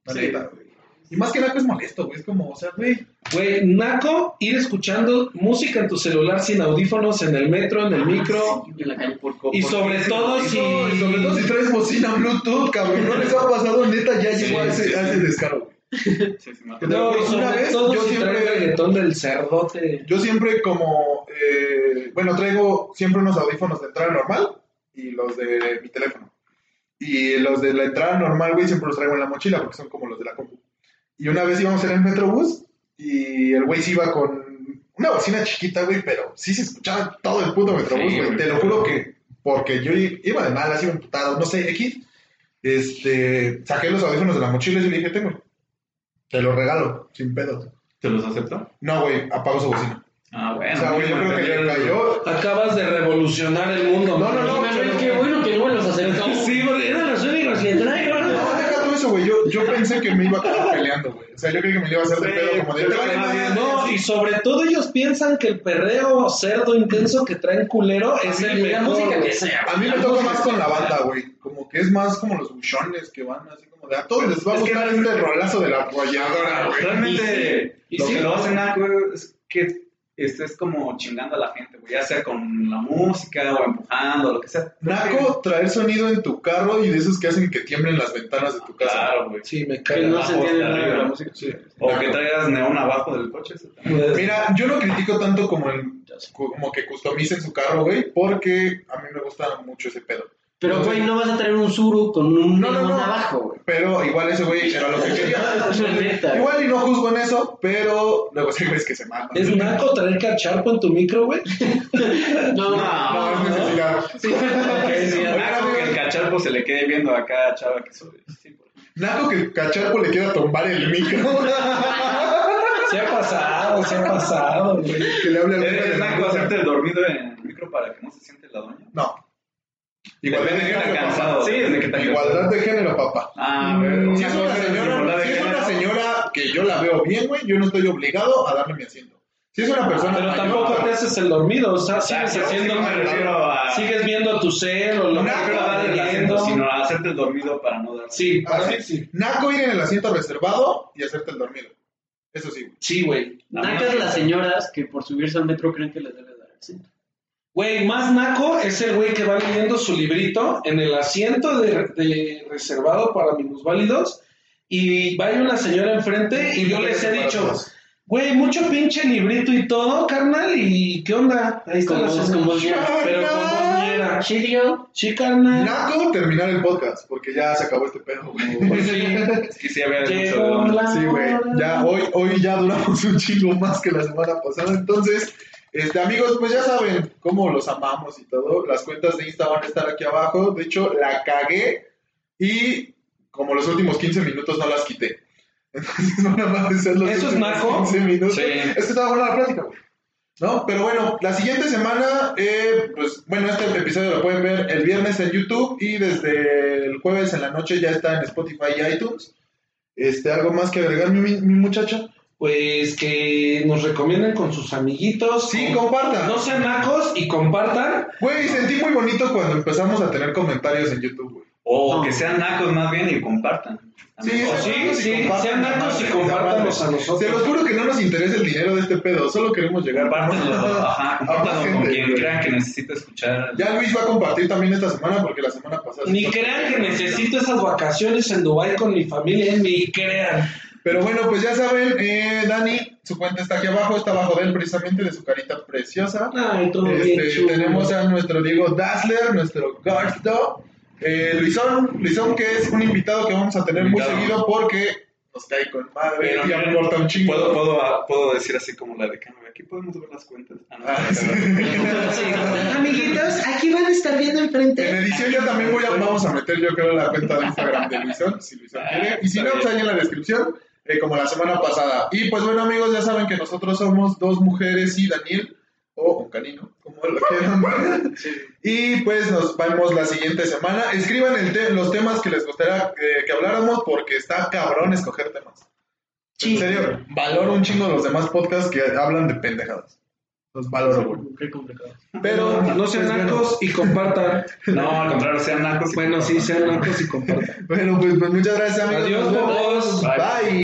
La
Sí.
neta, güey. Y más que naco es molesto, güey, es como, o sea, güey,
Güey, naco, ir escuchando música en tu celular sin audífonos, en el metro, en el micro.
En la calle por copo.
Y sobre todo si...
no, y sobre todo si traes bocina Bluetooth, cabrón, no les ha pasado, neta, ya
Sí,
llegó a ese,
sí,
a
sí.
ese descaro, güey.
Sí, sí me acuerdo.
No, y
Una
sobre
vez,
todo
yo
si
siempre-
traes reggaetón del cerdote.
Yo siempre como, eh, bueno, traigo siempre unos audífonos de entrada normal y los de mi teléfono. Y los de la entrada normal, güey, siempre los traigo en la mochila porque son como los de la compu. Y una vez íbamos en el Metrobús y el güey se iba con una bocina chiquita, güey, pero sí se escuchaba todo el puto Metrobús,
Sí,
güey.
güey.
Te lo juro que, porque yo iba de malas, iba emputado, no sé, X. Este, saqué los audífonos de la mochila y le dije, tengo, te los regalo, sin pedos.
¿Te los acepto?
No, güey, apago su bocina.
Ah, bueno.
O sea, güey, yo creo que le cayó.
Acabas de revolucionar el mundo.
No, no,
man.
no,
Manuel, qué bueno que no me los acercamos.
Sí, porque eran los únicos que traigo.
No,
¿no?
deja todo eso, güey. Yo, yo pensé que me iba a estar peleando, güey. O sea, yo creí que me le iba a hacer de
Sí,
pedo como de.
yo
"Te
creo
vale
que más
madre".
bien,
No, y sobre todo ellos piensan que el perreo cerdo intenso que traen culero es el
La
mejor.
música
güey.
que sea.
A mí me toca más con la banda, güey. Como que es más como los buchones que van así como de a todos les va a
Es que-
gustar este rolazo de la arrolladora, güey.
Realmente,
Y sí, y
lo
sí.
que lo hacen ah, güey, es que estés como chingando a la gente, güey. Ya sea con la música o empujando, lo que sea.
Naco, traer sonido en tu carro y de esos que hacen que tiemblen las ventanas de tu casa.
Claro, güey.
Sí, me
Que
cae.
no se entiende
Abajo,
nada de la
arriba.
música.
Sí.
O
Naco.
que traigas neón abajo del coche. eso también.
Mira, yo no critico tanto como el, como que customicen su carro, güey, porque a mí me gusta mucho ese pedo.
Pero, güey, no vas a traer un suru con un
No, no, no.
abajo, güey.
Pero igual ese güey era lo que quería. Igual y no juzgo en eso, pero luego sí güeyes que se matan.
¿Es naco traer cacharpo en tu micro, güey?
No,
No, es
No,
no, no.
necesidad.
Que
sí,
sí,
sí.
naco, que el cacharpo se le quede viendo acá a Chava que sube. Sí, por-
Naco que el cacharpo le quiera tumbar el micro.
Se ha pasado, se ha pasado, güey.
que le hable al
¿Eres
güey de
Eh, naco
la
hacerte el dormido en el micro para que no se siente la doña?
No.
Depende de qué tan cansado. Sí, desde que tan
Igualdad
cansado.
de género, papá.
Ah, güey.
Si es una
Igualdad
señora,
de
si es una
género.
señora que yo la veo bien, güey, yo no estoy obligado a darle mi asiento. Si es una persona
Pero
mayor,
tampoco te haces el dormido, o sea,
Ah,
sigues
sí,
haciendo...
me refiero a...
Sigues viendo tu cel o
No
lo que
me refiero a dar el
estás
asiento,
leyendo.
sino a hacerte el dormido para no dar.
Sí, para
Así,
mí sí.
Naco ir en el asiento reservado y hacerte el dormido. Eso sí, güey.
Sí, güey.
Nacas las señoras que por subirse al metro creen que les debe dar el centro.
Güey, más naco es el güey que va leyendo su librito en el asiento de, de reservado para minusválidos y va a una señora enfrente y yo les he dicho, güey, mucho pinche librito y todo, carnal, ¿y qué onda? Ahí está
Como
la
voz,
señora.
como voz ñera.
Pero con voz ñera.
Chirio.
Sí, carnal.
Naco terminar el podcast, porque ya se acabó este pedo, güey.
Pues sí.
Es que sí había mucho
Llegó la
Sí, güey. Ya hoy, hoy ya duramos un chingo más que la semana pasada. Entonces, este, amigos, pues ya saben cómo los amamos y todo. Las cuentas de Insta van a estar aquí abajo. De hecho, la cagué y como los últimos 15 minutos no las quité. Entonces van a aparecer los
¿Eso es
últimos
naco?
15 minutos.
Sí.
Es que estaba buena la plática, güey. ¿No? Pero bueno, la siguiente semana, eh, pues bueno, este episodio lo pueden ver el viernes en YouTube y desde el jueves en la noche ya está en Spotify y iTunes. Este, ¿Algo más que agregar, mi, mi- mi muchacha?
Pues que nos recomienden con sus amiguitos.
Sí,
con-
compartan.
No sean nacos y compartan.
Güey, sentí muy bonito cuando empezamos a tener comentarios en YouTube, güey.
Oye, O
No.
que sean nacos más bien y compartan.
Sí,
O
sean nacos y
sí,
compartan
sean
la
nacos
madre,
y
la
compártanos
madre.
a nosotros.
Se los juro que no nos interesa el dinero de este pedo, solo queremos llegar
Compártanlo, ajá, compártanlo con
gente,
quien
güey.
crean que necesita escuchar.
Ya Luis va a compartir también esta semana porque la semana pasada.
Ni crean que necesito esas vacaciones en Dubai con mi familia, ni crean.
Pero bueno, pues ya saben, eh, Dani, su cuenta está aquí abajo, está abajo de él precisamente, de su carita preciosa.
Ay, todo bien
Este,
chulo.
tenemos a nuestro Diego Dazzler, nuestro Gardo, eh, Luisón, Luisón que es un invitado que vamos a tener
Invitado.
muy seguido porque nos cae con madre
Pero
y
miren,
aporta un chingo.
¿Puedo, puedo, ah, puedo decir así como la de Cameron, aquí podemos ver las cuentas. Ah, no,
Ah,
no,
sí.
no, no.
Amiguitos, aquí van a estar viendo
En
enfrente.
edición ya también voy a, vamos a meter yo creo la cuenta de Instagram de Luisón, si Luisón quiere. Y si no, pues ahí en la descripción, eh, como la semana pasada. Y pues bueno amigos, ya saben que nosotros somos dos mujeres y Daniel, o un canino, como lo quieran. Y pues nos vemos la siguiente semana. Escriban el te- los temas que les gustaría eh, que habláramos porque está cabrón escoger temas. En
Sí.
serio, valoro un chingo los demás podcasts que hablan de pendejadas. Los valoro, güey.
Qué complicado.
Pero
no sean
pues, bueno.
nacos y compartan.
No, al contrario, sean nacos. y
Bueno, sí,
compartan.
sean nacos y compartan.
Bueno, pues, pues muchas gracias, amigos.
Adiós,
Nos vemos.
bobos.
Bye.